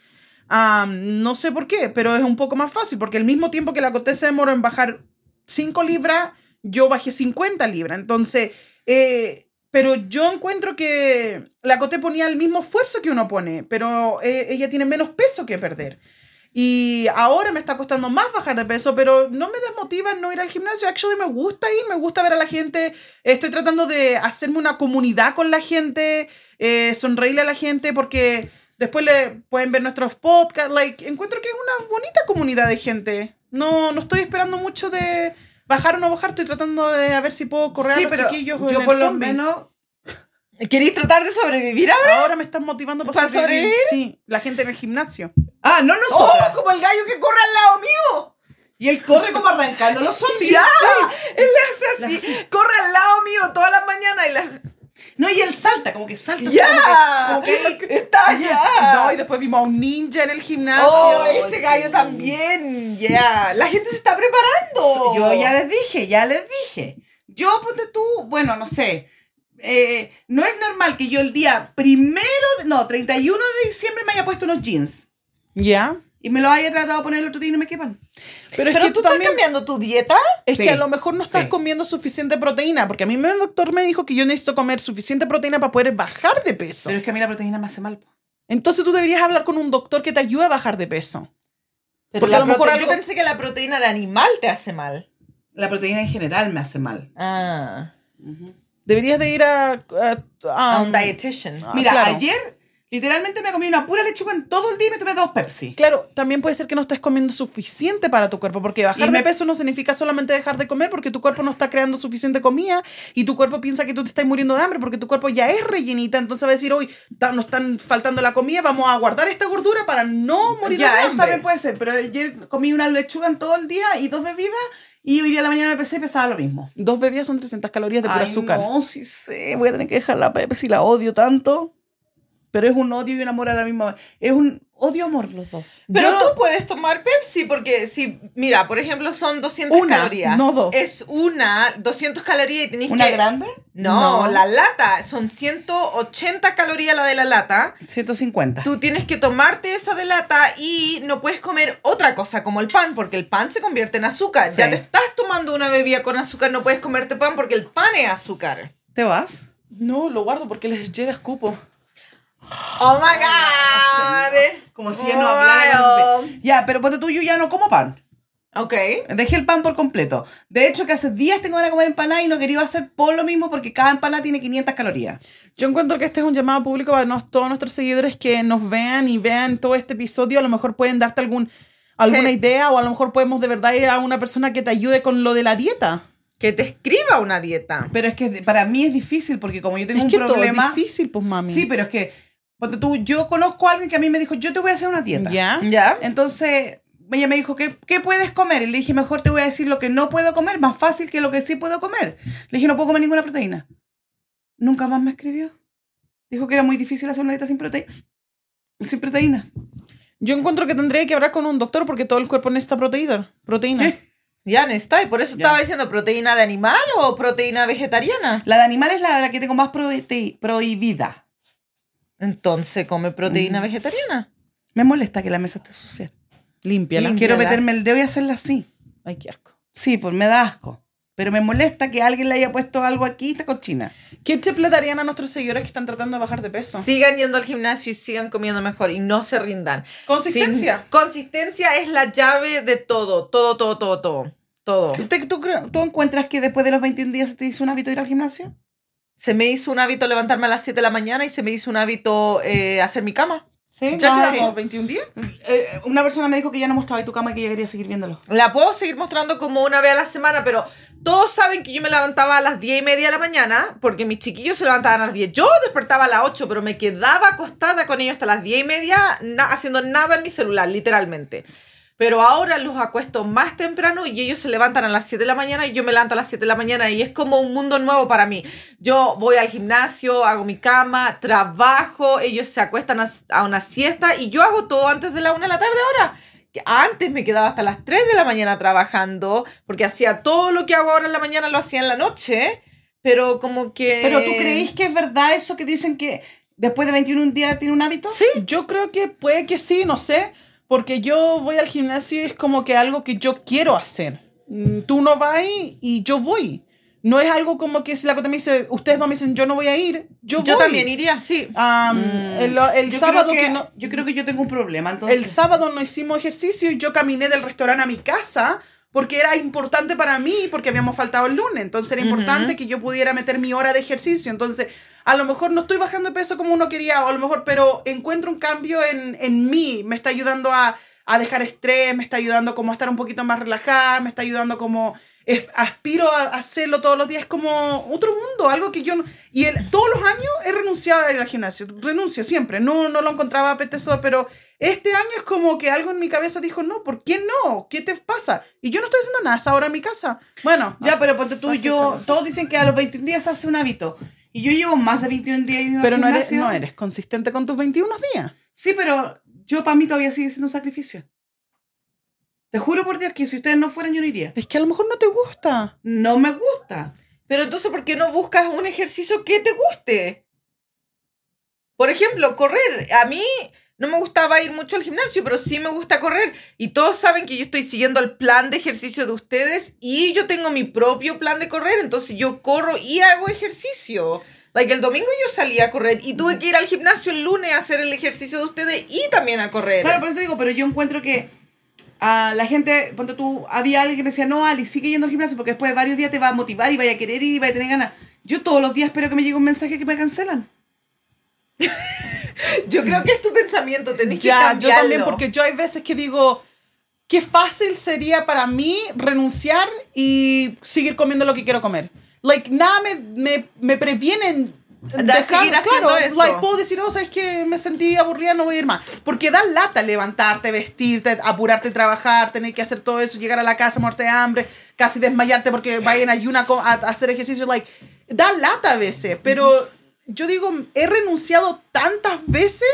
S3: Am, no sé por qué, pero es un poco más fácil, porque el mismo tiempo que la Cote se demoró en bajar 5 libras, yo bajé 50 libras. Entonces, eh, pero yo encuentro que la Cote ponía el mismo esfuerzo que uno pone, pero eh, ella tiene menos peso que perder. Y ahora me está costando más bajar de peso, pero no me desmotiva no ir al gimnasio. Actually, me gusta ir, me gusta ver a la gente. Estoy tratando de hacerme una comunidad con la gente, eh, sonreírle a la gente, porque después le pueden ver nuestros podcasts. Like, encuentro que es una bonita comunidad de gente. No, no estoy esperando mucho de bajar o no bajar. Estoy tratando de a ver si puedo correr a los chiquillos o en
S1: yo
S3: el
S1: por lo
S3: zombie.
S1: menos
S2: ¿Queréis tratar de sobrevivir ahora?
S3: Ahora me están motivando para,
S2: ¿Para
S3: sobrevivir. Sí, la gente en el gimnasio.
S1: Ah, no
S2: ¡Oh!
S1: nosotras.
S2: Como el gallo que corre al lado mío.
S1: Y él corre como arrancando los zombies.
S2: ¡Ya! Él le hace así. Corre al lado mío todas las mañanas y las.
S1: No, y él salta, como que salta.
S2: ¡Ya!
S1: Como que, como que-
S2: ¡Está
S3: No, y
S2: allá!
S3: después vimos a un ninja en el gimnasio.
S2: ¡Oh, ese gallo
S1: sí.
S2: también! ¡Ya! La gente se está preparando.
S1: Yo ya les dije, ya les dije. Yo, ponte tú, bueno, no sé. eh, no es normal que yo el día primero, de- no, 31 de diciembre me haya puesto unos jeans.
S3: Ya.
S1: Y me los haya tratado de poner el otro día y no me quepan.
S3: Pero es
S2: ¿Pero tú
S3: que tú
S2: estás
S3: también.
S2: cambiando tu dieta?
S3: Es
S1: Sí,
S3: que a lo mejor no estás
S1: sí.
S3: comiendo suficiente proteína. Porque a mí el doctor me dijo que yo necesito comer suficiente proteína para poder bajar de peso.
S1: Pero es que a mí la proteína me hace mal. po.
S3: Entonces tú deberías hablar con un doctor que te ayude a bajar de peso.
S2: Porque
S3: Porque
S2: a
S3: a lo mejor
S2: Yo
S3: algo-
S2: pensé que la proteína de animal te hace mal.
S1: La proteína en general me hace mal.
S2: Ah.
S1: Ujú.
S3: Deberías de ir a. a- a-
S2: A un dietitian.
S3: Ah,
S1: Mira,
S3: claro.
S1: ayer Literalmente me comí una pura lechuga en todo el día y me tomé dos Pepsi.
S3: Claro, también puede ser que no estés comiendo suficiente para tu cuerpo, porque bajar
S1: Y
S3: de
S1: me-
S3: peso no significa solamente dejar de comer, porque tu cuerpo no está creando suficiente comida y tu cuerpo piensa que tú te estás muriendo de hambre, porque tu cuerpo ya es rellenita, entonces va a decir, hoy nos están faltando la comida, vamos a guardar esta gordura para no morir de
S1: ya, eso
S3: hambre.
S1: también puede ser, pero ayer comí una lechuga en todo el día y dos bebidas y hoy día en la mañana me pesé y pesaba lo mismo.
S3: Dos bebidas son 300 calorías de pura
S1: Ay,
S3: azúcar.
S1: No, sí sé, voy a tener que dejar la Pepsi, la odio tanto. Pero es un odio y un amor a la misma vez. Es un odio-amor los dos.
S2: Pero
S3: Yo-
S2: tú puedes tomar Pepsi porque si, mira, por ejemplo, son 200
S3: Una,
S2: calorías.
S3: no dos.
S2: Es una, 200 calorías y tenés
S1: ¿Una
S2: que...
S1: grande?
S2: No,
S3: No.
S2: la lata, son 180 calorías la de la lata.
S1: 150.
S2: Tú tienes que tomarte esa de lata y no puedes comer otra cosa como el pan, porque el pan se convierte en azúcar. Ya
S1: Sí.
S2: te estás tomando una bebida con azúcar, no puedes comerte pan porque el pan es azúcar.
S1: ¿Te vas?
S3: No, lo guardo porque les llega escupo.
S2: Oh my god.
S1: Como si yo no hablara. Ya, pero ponte tú, yo ya no como pan.
S2: Ok.
S1: Dejé el pan por completo. De hecho, que hace días tengo ganas de comer empanada y no quería hacer por lo mismo porque cada empanada tiene 500 calorías.
S3: Yo encuentro que este es un llamado público para nos- todos nuestros seguidores que nos vean y vean todo este episodio. A lo mejor pueden darte algún, alguna
S2: Sí.
S3: idea o a lo mejor podemos de verdad ir a una persona que te ayude con lo de la dieta.
S2: Que te escriba una dieta.
S1: Pero es que de- para mí es difícil porque como yo tengo
S3: es
S1: un
S3: que todo
S1: problema...
S3: es difícil, pues mami.
S1: sí, pero es que ponte tú, yo conozco a alguien que a mí me dijo, yo te voy a hacer una dieta. Mm.
S3: ¿Ya?
S2: ¿Ya?
S1: Entonces ella me dijo, ¿qué, ¿qué puedes comer? Y le dije, mejor te voy a decir lo que no puedo comer, más fácil que lo que sí puedo comer. Le dije, no puedo comer ninguna proteína. Nunca más me escribió. Dijo que era muy difícil hacer una dieta sin proteína. Sin proteína.
S3: Yo encuentro que tendría que hablar con un doctor porque todo el cuerpo necesita proteína. proteína.
S2: Ya, está. Y por eso
S1: Ya.
S2: estaba diciendo proteína de animal o proteína vegetariana.
S1: La de animal es la, la que tengo más prote- prohibida.
S2: Entonces come proteína vegetariana.
S1: Me molesta que la mesa esté sucia.
S3: Límpiala.
S2: Lim-
S1: Quiero
S2: Mírala.
S1: meterme el dedo y hacerla así.
S3: Ay, qué asco.
S1: Sí, pues me da asco. Pero me molesta que alguien le haya puesto algo aquí y está cochina.
S3: ¿Qué tip le darían a nuestros seguidores que están tratando de bajar de peso?
S2: Sigan yendo al gimnasio y sigan comiendo mejor y no se rindan.
S3: Consistencia.
S2: Sin- consistencia es la llave de todo, todo, todo, todo, todo. Todo.
S1: ¿Usted- tú, cre- ¿Tú encuentras que después de los 21 días se te hizo un hábito ir al gimnasio?
S2: Se me hizo un hábito levantarme a las 7 de la mañana y se me hizo un hábito eh, hacer mi cama.
S1: Sí.
S3: ¿Ya
S1: Ah,
S3: llevamos 21 días?
S1: eh, una persona me dijo que ya no mostraba ahí tu cama y que ella quería seguir viéndolo.
S2: La puedo seguir mostrando como una vez a la semana, pero todos saben que yo me levantaba a las 10 y media de la mañana, porque mis chiquillos se levantaban a las 10. Yo despertaba a las 8, pero me quedaba acostada con ellos hasta las 10 y media, na- haciendo nada en mi celular, literalmente. Pero ahora los acuesto más temprano y ellos se levantan a las 7 de la mañana y yo me levanto a las 7 de la mañana y es como un mundo nuevo para mí. Yo voy al gimnasio, hago mi cama, trabajo, ellos se acuestan a, a una siesta y yo hago todo antes de la 1 de la tarde ahora. Que Antes me quedaba hasta las 3 de la mañana trabajando porque hacía todo lo que hago ahora en la mañana, lo hacía en la noche, pero como que...
S1: Pero
S3: Eh.
S1: ¿tú creís que es verdad eso que dicen que después de 21 días tiene un hábito?
S2: Sí.
S3: Yo creo que puede que sí, no sé, porque yo voy al gimnasio y es como que algo que yo quiero hacer. Mm, Tú no vas y yo voy. No es algo como que si la cota me dice, ustedes dos me dicen, yo no voy a ir, yo,
S2: Yo
S3: voy.
S2: también iría, sí.
S3: Am, el el
S1: Yo
S3: sábado
S1: creo que,
S3: que no-
S1: Yo creo que yo tengo un problema, entonces...
S3: el sábado no hicimos ejercicio y yo caminé del restaurante a mi casa porque era importante para mí, porque habíamos faltado el lunes. Entonces era importante que yo pudiera meter mi hora de ejercicio. Entonces, a lo mejor no estoy bajando de peso como uno quería, o a lo mejor, pero encuentro un cambio en, en mí. Me está ayudando a, a dejar estrés, me está ayudando como a estar un poquito más relajada, me está ayudando como... es- aspiro a hacerlo todos los días es como otro mundo, algo que yo... no- y el, todos los años he renunciado a ir al gimnasio, renuncio siempre, no, no lo encontraba apetecedor, pero este año es como que algo en mi cabeza dijo, no, ¿por qué no? ¿Qué te pasa? Y yo no estoy haciendo nada ahora en mi casa. Bueno, ya,
S1: Ya, pero ponte tú,
S3: Basta,
S1: yo...
S3: Carla.
S1: Todos dicen que a los 21 días se hace un hábito. Y yo llevo más de 21 días yendo al
S3: pero no eres,
S1: gimnasio.
S3: no eres consistente con tus 21 días.
S1: Sí, pero yo para mí todavía sigue siendo un sacrificio. Te juro por Dios que si ustedes no fueran yo no iría.
S3: Es que a lo mejor no te gusta.
S1: No me gusta.
S2: Pero entonces, ¿por qué no buscas un ejercicio que te guste? Por ejemplo, correr. A mí no me gustaba ir mucho al gimnasio, pero sí me gusta correr. Y todos saben que yo estoy siguiendo el plan de ejercicio de ustedes y yo tengo mi propio plan de correr. Entonces yo corro y hago ejercicio. Like, el domingo yo salí a correr y tuve que ir al gimnasio el lunes a hacer el ejercicio de ustedes y también a correr.
S1: Claro, por eso te digo, pero yo encuentro que a la gente, cuando tú, había alguien que me decía, no, Ali, sigue yendo al gimnasio porque después de varios días te va a motivar y vaya a querer ir y vaya a tener ganas. Yo todos los días espero que me llegue un mensaje que me cancelan.
S2: Yo creo que es tu pensamiento, tenés que
S3: Ya, yo
S2: cambiarlo.
S3: también, porque yo hay veces que digo, qué fácil sería para mí renunciar y seguir comiendo lo que quiero comer. Like, nada me, me, me previene
S2: De seguir haciendo eso.
S3: Like, puedo decir, oh, sabes que me sentí aburrida, no voy a ir más. Porque da lata levantarte, vestirte, apurarte, trabajar, tener que hacer todo eso, llegar a la casa, muerte de hambre, casi desmayarte porque vayan a ayuna co- a, a hacer ejercicio. Like, da lata a veces, pero yo digo, he renunciado tantas veces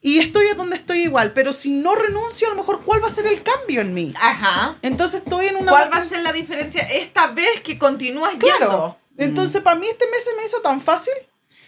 S3: y estoy a donde estoy igual. Pero si no renuncio, a lo mejor, ¿cuál va a ser el cambio en mí?
S2: Ajá.
S3: Entonces estoy en una.
S2: ¿Cuál va a ser la diferencia esta vez que continúas
S3: Claro.
S2: yendo?
S3: Entonces, para mí este mes se me hizo tan fácil.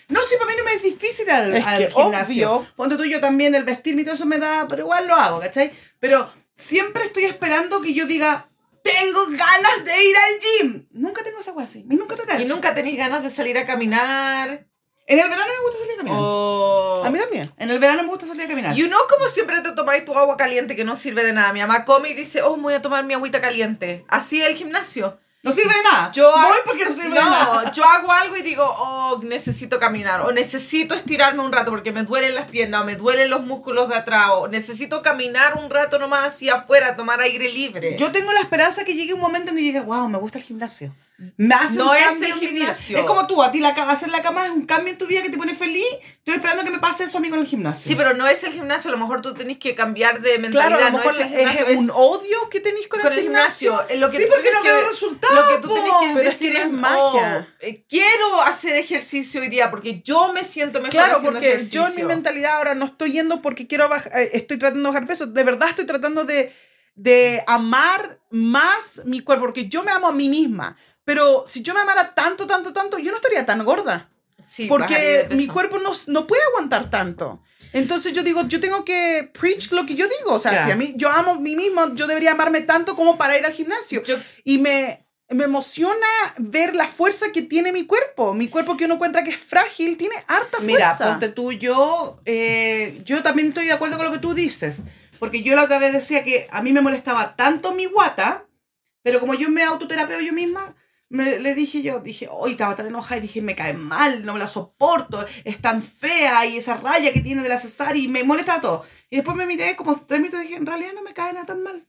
S1: No, sí, para mí no me es difícil al,
S3: Es
S1: al
S3: que
S1: gimnasio.
S3: obvio.
S1: Ponte tú, yo también el vestirme y todo eso me da, pero igual lo hago, ¿cachai? Pero siempre estoy esperando que yo diga, tengo ganas de ir al gym. Nunca tengo esa hueá así. Y nunca me da
S2: Y
S1: eso.
S2: nunca tenéis ganas de salir a caminar.
S1: En el verano me gusta salir a caminar.
S2: Oh. O...
S3: A mí también.
S1: En el verano me gusta salir a caminar.
S2: Y uno como siempre te tomáis tu agua caliente que no sirve de nada. Mi mamá come y dice, oh, me voy a tomar mi agüita caliente. Así es el gimnasio.
S1: No sirve de nada.
S2: Yo
S1: Voy porque no sirve de nada.
S2: yo hago algo y digo, oh, necesito caminar, o necesito estirarme un rato porque me duelen las piernas, o me duelen los músculos de atrás, o necesito caminar un rato nomás hacia afuera, tomar aire libre.
S1: Yo tengo la esperanza que llegue un momento en que diga, wow, me gusta el gimnasio. Me hace
S2: No
S1: un
S2: es
S1: cambio
S2: el
S1: en mi vida".
S2: gimnasio.
S1: Es como tú, a ti la, ca- hacer la cama es un cambio en tu vida que te pone feliz. Estoy esperando que me pase eso a mí con el gimnasio.
S2: Sí, pero no es el gimnasio, a lo mejor tú tenés que cambiar de mentalidad,
S3: Claro, a lo mejor
S2: no es el
S3: es,
S2: gimnasio, es
S3: un odio que tenéis con,
S2: con el gimnasio. Eh, Lo que
S1: Sí,
S2: tú
S1: porque
S2: tienes
S1: no
S2: que-
S1: veo resultados,
S2: Lo que tú
S1: po.
S2: tienes que
S3: Pero es que
S2: decir
S3: no
S2: es,
S3: es magia.
S2: "Oh, eh, quiero hacer ejercicio hoy día porque yo me siento mejor
S3: Claro,
S2: haciendo
S3: porque yo en mi
S2: ejercicio".
S3: mentalidad ahora no estoy yendo porque quiero bajar, estoy tratando de bajar peso. De verdad estoy tratando de, de amar más mi cuerpo, porque yo me amo a mí misma. Pero si yo me amara tanto, tanto, tanto, yo no estaría tan gorda.
S2: Sí, bajaría de
S3: porque
S2: peso.
S3: mi cuerpo no, no puede aguantar tanto. Entonces yo digo, yo tengo que preach lo que yo digo. O sea,
S1: Ya.
S3: si a mí, yo amo a mí misma, yo debería amarme tanto como para ir al gimnasio.
S2: Yo-
S3: Y me, me emociona ver la fuerza que tiene mi cuerpo. Mi cuerpo que uno encuentra que es frágil, tiene harta
S1: Mira,
S3: fuerza.
S1: ponte tú, yo, eh, yo también estoy de acuerdo con lo que tú dices. Porque yo la otra vez decía que a mí me molestaba tanto mi guata, pero como yo me autoterapeo yo misma, me- le dije yo, dije, hoy estaba tan enojada y dije, me cae mal, no me la soporto, es tan fea y esa raya que tiene de la cesárea y me molesta todo. Y después me miré como tres minutos y dije, en realidad no me cae nada tan mal.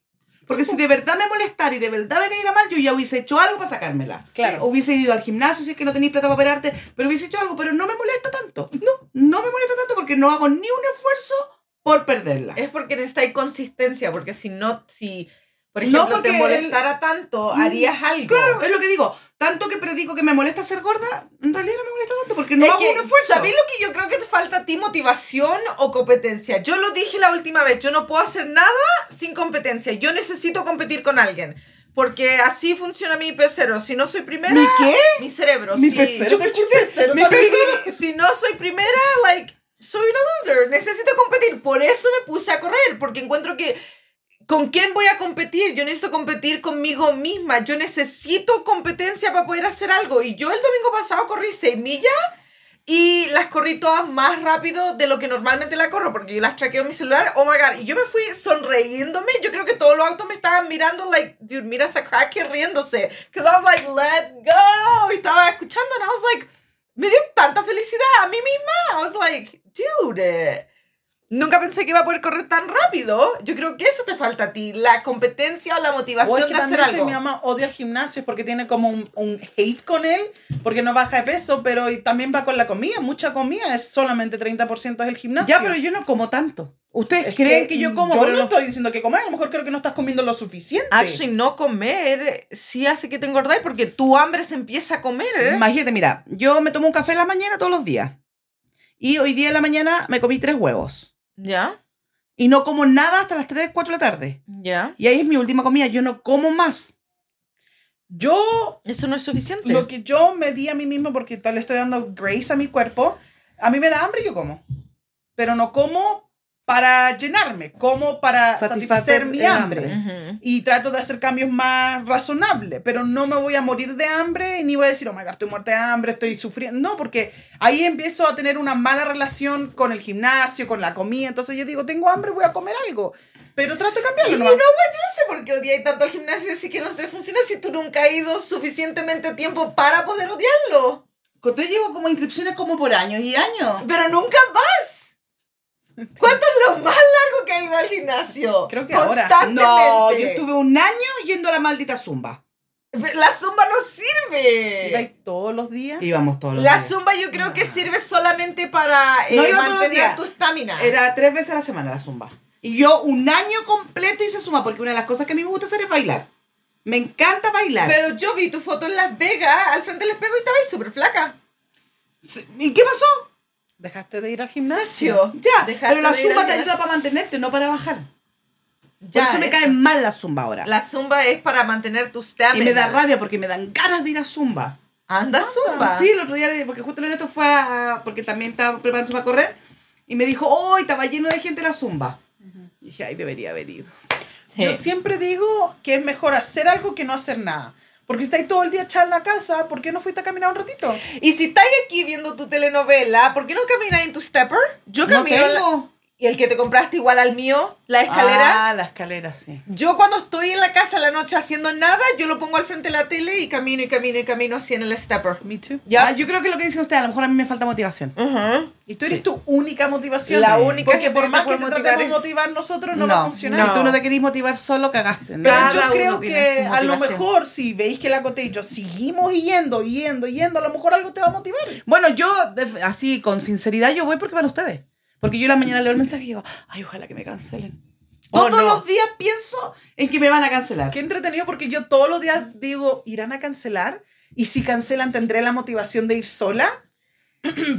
S1: Porque si de verdad me molestara y de verdad me cayera mal, yo ya hubiese hecho algo para sacármela.
S3: Claro.
S1: Hubiese ido al gimnasio si es que no tenéis plata para operarte, pero hubiese hecho algo, pero no me molesta tanto. No, no me molesta tanto porque no hago ni un esfuerzo por perderla.
S2: Es porque necesitas consistencia, porque si no, si, por
S1: No,
S2: ejemplo, te
S1: porque
S2: molestara tanto,
S3: Mm,
S2: harías algo.
S1: Claro, es lo que digo. Tanto que predico que me molesta ser gorda, en realidad no me molesta tanto porque no
S2: Es
S1: hago
S2: que,
S1: un esfuerzo.
S2: ¿Sabéis lo que yo creo que te falta a ti? ¿Motivación o competencia? Yo lo dije la última vez, yo no puedo hacer nada sin competencia. Yo necesito competir con alguien. Porque así funciona mi pecero. Si no soy primera,
S1: ¿Mi qué?
S2: mi cerebro.
S1: Mi
S2: sí.
S1: pecero,
S2: Yo-
S1: ¿te escuché? Mi
S2: si-
S1: pecero.
S2: si no soy primera, like, soy una loser. Necesito competir. Por eso me puse a correr, porque encuentro que. ¿Con quién voy a competir? Yo necesito competir conmigo misma. Yo necesito competencia para poder hacer algo. Y yo el domingo pasado corrí 6 millas y las corrí todas más rápido de lo que normalmente la corro, porque yo las traqueo en mi celular. Oh my god. Y yo me fui sonriéndome. Yo creo que todos los autos me estaban mirando, like, dude, mira esa crack riéndose. Because I was like, let's go. Y estaba escuchando, and I was like, me dio tanta felicidad a mí misma. I was like, dude. eh, Nunca pensé que iba a poder correr tan rápido. Yo creo que eso te falta a ti, la competencia o la
S3: O
S2: motivación
S3: es que
S2: de hacer
S3: también si
S2: algo.
S3: mi mamá odia el gimnasio es porque tiene como un, un hate con él, porque no baja de peso, pero y también va con la comida, mucha comida, es solamente 30% es el gimnasio.
S1: Ya, pero yo no como tanto. Ustedes
S3: Es
S1: creen que, yo como,
S3: Yo
S1: pero
S3: no
S1: no-
S3: estoy diciendo que comas, a lo mejor creo que no estás comiendo lo suficiente.
S2: Actually, no comer sí hace que te engordáis porque tu hambre se empieza a comer. ¿eh?
S1: Imagínate, mira, yo me tomo un café en la mañana todos los días. Y hoy día en la mañana me comí tres huevos.
S2: ¿Ya?
S1: Y no como nada hasta las 3, 4 de la tarde.
S2: ¿Ya?
S1: Y ahí es mi última comida, yo no como más.
S3: Yo
S2: Eso no es suficiente.
S3: lo que yo me di a mí mismo porque tal le estoy dando grace a mi cuerpo, a mí me da hambre y yo como. Pero no como para llenarme, como para
S1: Satisfacer
S3: satisfacer, mi
S1: el
S3: hambre.
S1: hambre.
S2: Ujú.
S3: Y trato de hacer cambios más razonables, pero no me voy a morir de hambre ni voy a decir, oh my god, estoy muerta de hambre, estoy sufriendo. No, porque ahí empiezo a tener una mala relación con el gimnasio, con la comida. Entonces yo digo, tengo hambre, voy a comer algo. Pero trato de cambiarlo.
S2: Y
S3: nomás.
S2: you know what? Yo no sé por qué odiáis tanto al gimnasio si que no te funciona si tú nunca has ido suficientemente tiempo para poder odiarlo.
S1: Te llevo como inscripciones como por años y años. <laughs>
S2: Pero nunca vas. ¿Cuánto es lo más largo que ha ido al gimnasio?
S3: Creo que ahora.
S2: Constantemente.
S1: No, yo estuve un año yendo a la maldita zumba.
S2: La zumba no sirve.
S3: ¿Iba ahí todos los días?
S1: Íbamos todos los
S2: La
S1: días.
S2: zumba yo creo que sirve solamente para eh,
S1: No iba todos los
S2: mantener
S1: días.
S2: tu estamina.
S1: Era tres veces a la semana la zumba. Y yo un año completo hice zumba porque una de las cosas que a mí me gusta hacer es bailar. Me encanta bailar.
S2: Pero yo vi tu foto en Las Vegas, al frente del espejo y estabas súper flaca.
S1: Sí, ¿Y qué pasó?
S3: ¿Dejaste de ir al
S2: Ignacio,
S3: gimnasio?
S1: Ya,
S2: dejaste
S1: pero la
S2: de ir
S1: zumba
S2: al
S1: te
S2: gimnasio.
S1: ayuda para mantenerte, no para bajar.
S2: Ya,
S1: Por eso me
S2: eso.
S1: caen mal la zumba ahora.
S2: La zumba es para mantener tu estamina.
S1: y me da rabia porque me dan ganas de ir a zumba.
S2: Anda zumba.
S1: Sí, el otro día, le- porque justo el Ernesto fue a, porque también estaba preparándose para correr, y me dijo, hoy estaba lleno de gente la zumba. Y dije, ay, debería haber ido.
S2: Sí.
S3: Yo siempre digo que es mejor hacer algo que no hacer nada. Porque si estáis todo el día echado en la casa, ¿por qué no fuiste a caminar un ratito?
S2: Y si estás aquí viendo tu telenovela, ¿por qué no caminas en tu stepper? Yo
S1: no
S2: camino. en la-
S1: tengo.
S2: Y el que te compraste igual al mío, la escalera.
S1: Ah, la escalera, sí.
S2: Yo cuando estoy en la casa en la noche haciendo nada, yo lo pongo al frente de la tele y camino y camino y camino así en el stepper.
S3: Me too.
S2: ¿Ya?
S1: Ah, yo creo que lo que dicen ustedes, a lo mejor a mí me falta motivación.
S2: Ujú.
S3: Y tú eres
S1: Sí.
S3: tu única motivación.
S2: La única
S3: Porque
S2: que
S3: por
S2: te
S3: más que
S2: puede
S3: te
S2: motivar
S3: tratemos de
S2: es-
S3: motivar nosotros, no, va a funcionar.
S1: Si tú no te querís motivar solo, cagaste. ¿no?
S3: Pero
S2: Cada
S3: yo
S2: uno
S3: creo
S2: tiene
S3: que
S2: su
S3: a lo
S2: motivación.
S3: mejor si veis que la Cote y yo seguimos yendo, yendo, yendo, a lo mejor algo te va a motivar.
S1: Bueno, yo, de- así, con sinceridad, yo voy porque van ustedes. Porque yo en la mañana leo el mensaje y digo, ay, ojalá que me cancelen.
S2: Oh,
S1: Todos
S2: no.
S1: los días pienso en que me van a cancelar.
S3: Qué entretenido porque yo todos los días digo, ¿irán a cancelar? Y si cancelan, ¿tendré la motivación de ir sola? <clears throat>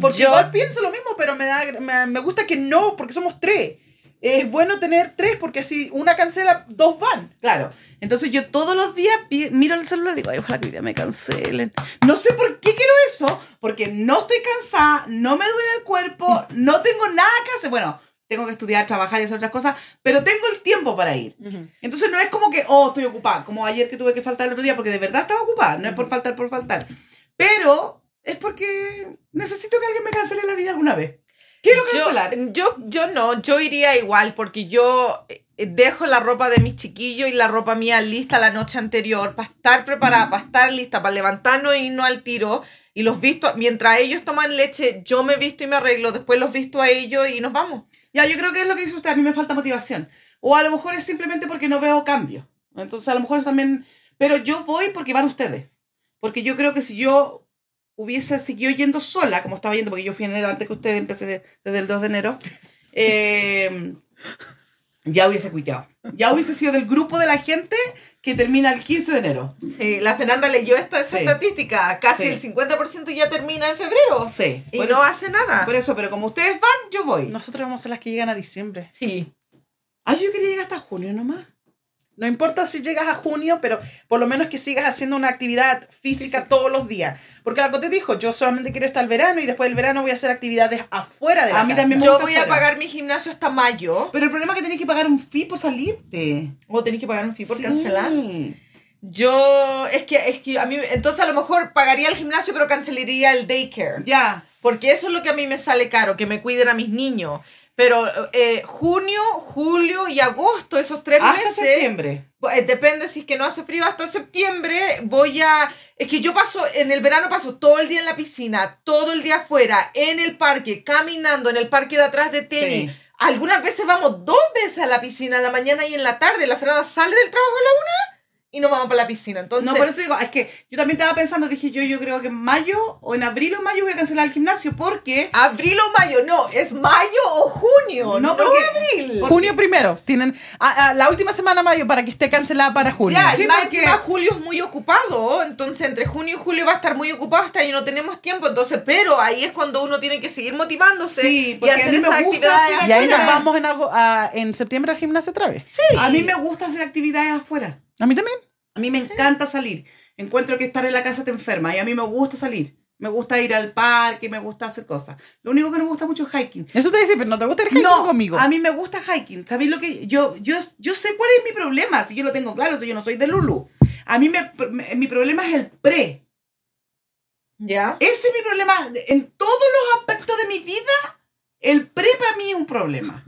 S3: Porque
S2: Yo-
S3: igual pienso lo mismo, pero me, da, me, me gusta que no, porque somos tres. Es bueno tener tres porque si una cancela, dos van.
S1: Claro. Entonces yo todos los días pi- miro el celular y digo, ay, ojalá que hoy día me cancelen. No sé por qué quiero eso, porque no estoy cansada, no me duele el cuerpo, no tengo nada que hacer. Bueno, tengo que estudiar, trabajar y hacer otras cosas, pero tengo el tiempo para ir. Entonces no es como que, oh, estoy ocupada, como ayer que tuve que faltar el otro día, porque de verdad estaba ocupada, no es por faltar, por faltar. Pero es porque necesito que alguien me cancele la vida alguna vez. Quiero cancelar.
S2: Yo, yo, yo no, yo iría igual porque yo eh, dejo la ropa de mis chiquillos y la ropa mía lista la noche anterior para estar preparada, para estar lista, para levantarnos y no al tiro. Y los visto, mientras ellos toman leche, yo me visto y me arreglo, después los visto a ellos y nos vamos.
S1: Ya, yo creo que es lo que dice usted, a mí me falta motivación. O a lo mejor es simplemente porque no veo cambio. Entonces, a lo mejor es también... Pero yo voy porque van ustedes. Porque yo creo que si yo hubiese seguido yendo sola, como estaba yendo, porque yo fui en enero antes que ustedes, empecé de- desde el 2 de enero, eh, ya hubiese cuiteado. Ya hubiese sido del grupo de la gente que termina el 15 de enero.
S2: Sí, la Fernanda leyó esta esa
S1: Sí.
S2: estadística, casi
S1: Sí.
S2: el 50% ya termina en febrero
S1: Sí.
S2: y
S1: por
S2: no
S1: eso-
S2: hace nada.
S1: Por eso, pero como ustedes van, yo voy.
S3: Nosotros vamos a ser las que llegan a diciembre.
S2: Sí.
S1: Ay, yo quería llegar hasta junio nomás.
S3: No importa si llegas a junio, pero por lo menos que sigas haciendo una actividad física todos los días. Porque la Cote dijo, yo solamente quiero estar el verano y después del verano voy a hacer actividades afuera de la
S1: A mí
S3: casa.
S1: también me
S2: Yo
S1: gusta
S2: voy a
S1: fuera.
S2: pagar mi gimnasio hasta mayo.
S1: Pero el problema es que tenés que pagar un fee por salirte.
S2: O tenés que pagar un fee por
S1: Sí.
S2: cancelar. Yo, es que, es que a mí, entonces a lo mejor pagaría el gimnasio, pero cancelaría el daycare.
S1: Ya.
S2: Porque eso es lo que a mí me sale caro, que me cuiden a mis niños. Pero eh, junio, julio y agosto, esos tres
S1: Hasta
S2: meses,
S1: septiembre.
S2: eh, depende si es que no hace frío, hasta septiembre voy a... Es que yo paso, en el verano paso todo el día en la piscina, todo el día afuera, en el parque, caminando, en el parque de atrás de tenis.
S1: Sí.
S2: Algunas veces vamos dos veces a la piscina, en la mañana y en la tarde. La Fernanda sale del trabajo a la una y nos vamos para la piscina. Entonces,
S1: no, por eso digo, es que yo también estaba pensando, dije yo, yo creo que en mayo o en abril o mayo voy a cancelar el gimnasio porque...
S2: Abril o mayo, no, es mayo o junio, no,
S1: No, porque-
S2: abril.
S1: porque-
S3: Junio primero. Tienen ah, ah, la última semana de mayo para que esté cancelada para junio.
S2: Ya,
S1: Sí,
S2: y más
S1: porque-
S2: encima julio es muy ocupado, entonces entre junio y julio va a estar muy ocupado hasta ahí no tenemos tiempo, entonces, pero ahí es cuando uno tiene que seguir motivándose
S1: Sí,
S2: y
S1: porque a
S2: hacer
S1: mí me
S2: esas
S1: gusta
S2: actividades.
S1: hacer
S3: Y ahí
S1: Mira.
S3: nos vamos en, algo- a- en septiembre al gimnasio otra vez. Sí.
S1: A mí me gusta hacer actividades afuera.
S3: A mí también.
S1: A mí me encanta salir. Encuentro que estar en la casa te enferma y a mí me gusta salir. Me gusta ir al parque, me gusta hacer cosas. Lo único que no me gusta mucho es hiking.
S3: Eso te dice, pero no te gusta el hiking
S1: no,
S3: conmigo.
S1: a mí me gusta hiking. ¿Sabéis lo que yo, yo, yo sé cuál es mi problema? Si yo lo tengo claro, si yo no soy de Lulu. A mí me, me- mi problema es el pre.
S2: Ya.
S1: Ese es mi problema. En todos los aspectos de mi vida, el pre para mí es un problema.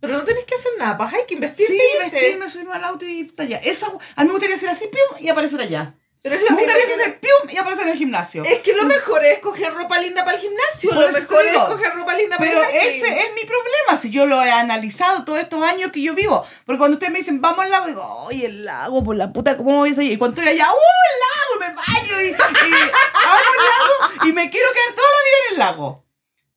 S2: Pero no tenés que hacer nada, pues hay que
S1: Sí,
S2: investirte. y irte.
S1: vestirme, subirme al auto y estar allá. Eso, a mí me gustaría ser así pium, y aparecer allá.
S2: Pero es lo
S1: Me
S2: mismo
S1: gustaría
S2: que-
S1: hacer pium y aparecer en el gimnasio.
S2: Es que lo mejor es coger ropa linda para el gimnasio.
S1: Por
S2: Lo
S1: eso te
S2: mejor es
S1: digo.
S2: coger ropa linda para
S1: Pero
S2: el hiking.
S1: ese es mi problema, si yo lo he analizado todos estos años que yo vivo. Porque cuando ustedes me dicen, vamos al lago, digo, ay, el lago, por la puta, ¿cómo voy a salir? Y cuando estoy allá, ¡uh, el lago! Me baño y, y amo el lago y me quiero quedar toda la vida en el lago.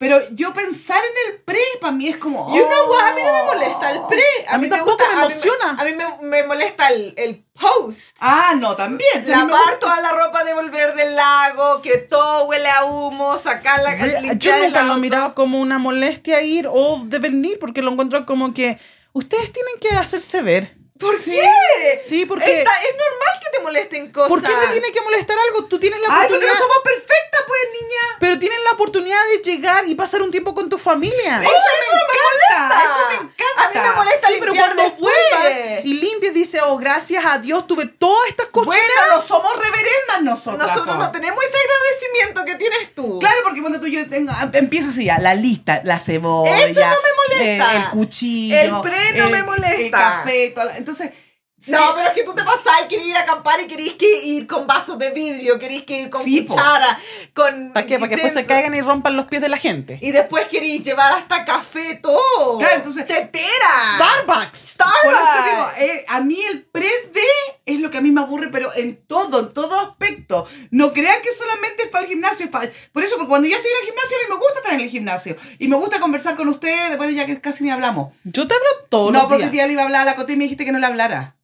S1: Pero yo pensar en el pre, para mí es como... "Oh".
S2: You know what? A mí no me molesta el pre. A,
S3: A mí
S2: me
S3: tampoco
S2: gusta-
S3: me
S2: a mí
S3: emociona.
S2: A mí me, me molesta el, el post.
S1: Ah, no, también. si a mí me
S2: Lavar
S1: gusta-
S2: toda la ropa de volver del lago, que todo huele a humo, sacar la
S3: Yo,
S2: limpiar
S3: yo
S2: el
S3: nunca lo he
S2: auto.
S3: mirado como una molestia ir o devenir porque lo encuentro como que ustedes tienen que hacerse ver.
S2: ¿Por
S3: Sí.
S2: qué?
S3: Sí, porque
S2: Está- es normal que te molesten cosas.
S3: ¿por qué te tiene que molestar algo? Tú tienes la
S1: Ay, porque
S3: oportunidad,
S1: no somos perfectas, pues, niña.
S3: pero tienes la oportunidad de llegar y pasar un tiempo con tu
S2: Oh,
S3: familia.
S1: Eso, me encanta, eso me encanta.
S2: A mí me molesta
S3: Sí, pero
S2: limpiar
S3: cuando
S2: después.
S3: vuelvas y limpias, dices, oh, gracias a Dios tuve todas estas cosas.
S1: Bueno, no somos reverendas nosotras. pues.
S2: Nosotros
S1: po.
S2: no tenemos ese agradecimiento que tienes tú.
S1: Claro, porque cuando tú yo tengo, ah, empiezo así ya, la lista, la cebolla.
S2: Eso no me molesta.
S1: eh, el cuchillo.
S2: El pre no me molesta.
S1: El café, toda la- entonces. sí,
S2: No, pero es que tú te pasás y querés ir a acampar y querés que ir con vasos de vidrio, querés que ir con
S1: Sí, po.
S2: cuchara, con...
S3: ¿Para qué? Para que después se
S2: utensil-
S3: caigan y rompan los pies de la gente.
S2: Y después querés llevar hasta café todo.
S1: Claro, entonces-
S2: ¡Tetera!
S3: Starbucks.
S1: Por eso te digo,
S2: Starbucks.
S1: eh, a mí el pre de es lo que a mí me aburre, pero en todo, en todo aspecto. No crean que solamente es para el gimnasio. es para- Por eso, porque cuando yo estoy en el gimnasio, a mí me gusta estar en el gimnasio. Y me gusta conversar con ustedes, bueno, ya que casi ni hablamos.
S3: Yo te hablo todos
S1: no,
S3: los
S1: porque
S3: días.
S1: hoy día le iba a hablar a la Cote y me dijiste que no le hablara.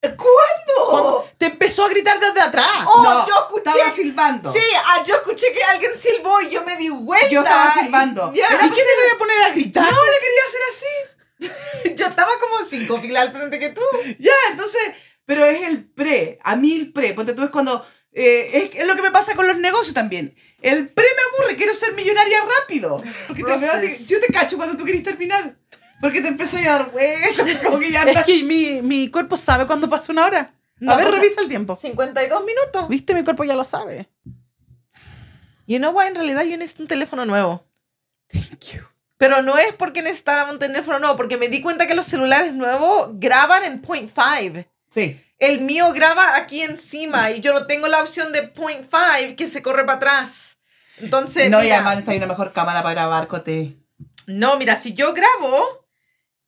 S2: ¿Cuándo?
S3: eh, Cuando te empezó a gritar desde atrás.
S2: Oh,
S1: no,
S2: yo escuché.
S1: Estaba silbando.
S2: Sí, ah, yo escuché que alguien silbó y yo me di vuelta.
S1: Yo estaba silbando.
S2: Ya. <laughs>
S1: Era
S3: ¿Y qué te voy a poner a
S1: No,
S3: gritar?
S1: le quería hacer así.
S2: Yo estaba como cinco filas al frente que tú.
S1: Ya, entonces, pero es el pre, a mí el pre, ponte tú es cuando, eh, es, es lo que me pasa con los negocios también. El pre me aburre, quiero ser millonaria rápido. Porque te veo- te- yo te cacho cuando tú querés terminar. Porque te empiezas a dar vueltas, <laughs> como que ya
S3: Es
S1: andas.
S3: que mi, mi cuerpo sabe cuándo pasa una hora.
S2: No,
S3: a ver,
S2: pasa-
S3: revisa el tiempo.
S2: 52 minutos.
S3: ¿Viste? Mi cuerpo ya lo sabe.
S2: You know what? En realidad yo necesito un teléfono nuevo. Thank you. Pero no es porque necesitara un teléfono nuevo, porque me di cuenta que los celulares nuevos graban en .5.
S1: Sí.
S2: El mío graba aquí encima y yo no tengo la opción de .5 que se corre para atrás. Entonces,
S1: no, y
S2: mira,
S1: además hay una mejor cámara para grabar, Cote.
S2: no, mira, si yo grabo,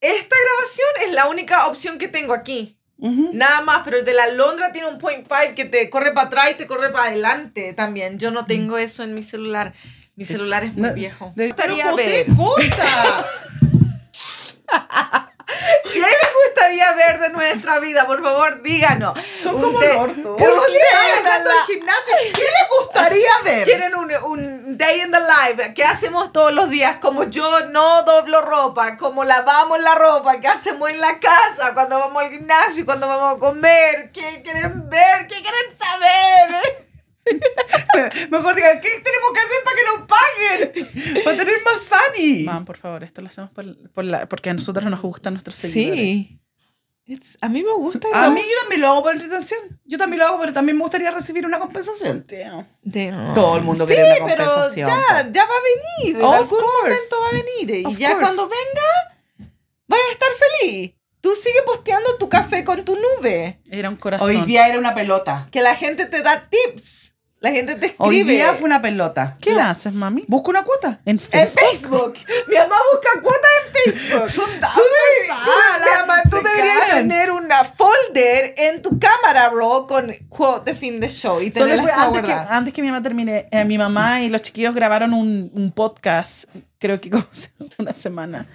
S2: esta grabación es la única opción que tengo aquí. Nada más, pero el de la Londra tiene un point five que te corre para atrás y te corre para adelante también. Yo
S3: Mm.
S2: no tengo eso en mi celular. Mi celular es muy
S1: No,
S2: viejo.
S1: de-
S2: Me gustaría
S3: Pero,
S2: ver.
S3: Cote, corta.
S2: ¿Qué les gustaría ver de nuestra vida? Por favor, díganos.
S3: Son como
S2: Usted-
S3: el orto.
S2: ¿Por
S3: Ustedes
S2: qué?
S3: hablando del gimnasio? ¿Qué les gustaría ver?
S2: Quieren un, un day in the life. ¿Qué hacemos todos los días? Como yo no doblo ropa, como lavamos la ropa, ¿qué hacemos en la casa? Cuando vamos al gimnasio, cuando vamos a comer, ¿qué quieren ver? ¿Qué quieren saber?
S1: Mejor digan, ¿qué tenemos que hacer para que nos paguen? Para tener más sani.
S3: Mam, por favor, esto lo hacemos por, por la, porque a nosotros nos gustan nuestros seguidores.
S2: It's- a mí me gusta
S1: A
S2: esa-
S1: mí yo también lo hago por entretención. Yo también lo hago, pero también me gustaría recibir una compensación.
S3: Damn.
S2: Damn.
S1: Todo el mundo
S2: Sí,
S1: quiere una
S2: pero
S1: compensación. pues.
S2: ya, ya va a venir. En
S1: Of
S2: algún
S1: course.
S2: momento va a venir. Y
S1: Of
S2: ya
S1: course.
S2: cuando venga, vas a estar feliz. Tú sigue posteando tu café con tu nube.
S3: Era un corazón.
S1: Hoy día era una pelota.
S2: Que la gente te da tips. La gente te escribe.
S1: Hoy día fue una pelota.
S3: ¿Qué le haces, mami?
S1: Busco una cuota.
S3: En
S2: En
S3: Facebook.
S2: Facebook. Mi mamá busca cuotas en
S1: <laughs>
S2: Facebook.
S1: Son tantas
S2: Tú, mi amor, tú deberías tener una folder en tu cámara, bro, con quote de fin de show. Y
S3: Solo
S2: tenerla
S3: fue
S2: toda
S3: antes, que,
S2: guardada.
S3: antes que mi mamá termine, eh, mi mamá y los chiquillos grabaron un, un podcast, creo que <laughs> como se- una semana,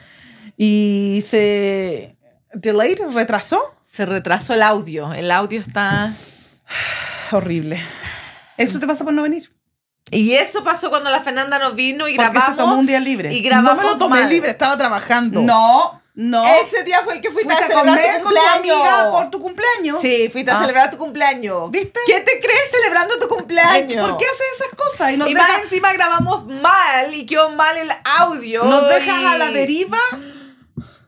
S3: y se delayed, retrasó.
S1: Ah.
S2: Se retrasó el audio. El audio está...
S3: Horrible.
S1: Eso te pasa por no venir.
S2: Y eso pasó cuando la Fernanda nos vino y
S1: Porque
S2: grabamos.
S1: se tomó un día libre.
S2: Y grabamos
S3: no me lo tomé
S2: mal.
S3: libre, estaba trabajando.
S1: No, no.
S2: Ese día fue el que fuiste,
S1: Fuiste
S2: a
S1: a
S2: celebrar
S1: comer
S2: tu
S1: con tu
S2: cumpleaños.
S1: amiga por tu cumpleaños.
S2: Sí, fuiste a
S3: Ah.
S2: celebrar tu cumpleaños.
S1: ¿Viste?
S2: ¿Qué te crees celebrando tu
S1: Ay,
S2: cumpleaños?
S1: ¿Por qué haces esas cosas? Y nos
S2: y
S1: dejas,
S2: más encima grabamos mal y quedó mal el audio.
S1: nos dejas a la
S2: y-
S1: deriva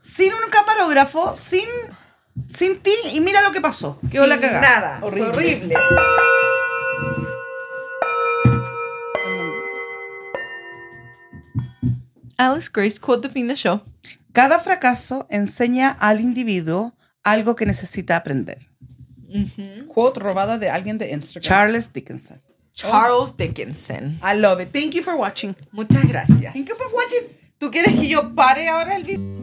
S1: sin un camarógrafo, sin, sin ti. Y mira lo que pasó. Quedó
S2: sin
S1: la cagada.
S2: Nada. Fue Horrible.
S3: Horrible.
S2: Alice Grace quote the fin de show.
S1: Cada fracaso enseña al individuo algo que necesita aprender.
S3: Quote robada de alguien de Instagram.
S1: Charles Dickinson.
S2: Charles Dickinson.
S3: I love it. Thank you for watching.
S2: Muchas gracias.
S3: for watching.
S2: ¿Tú quieres que yo pare ahora el video?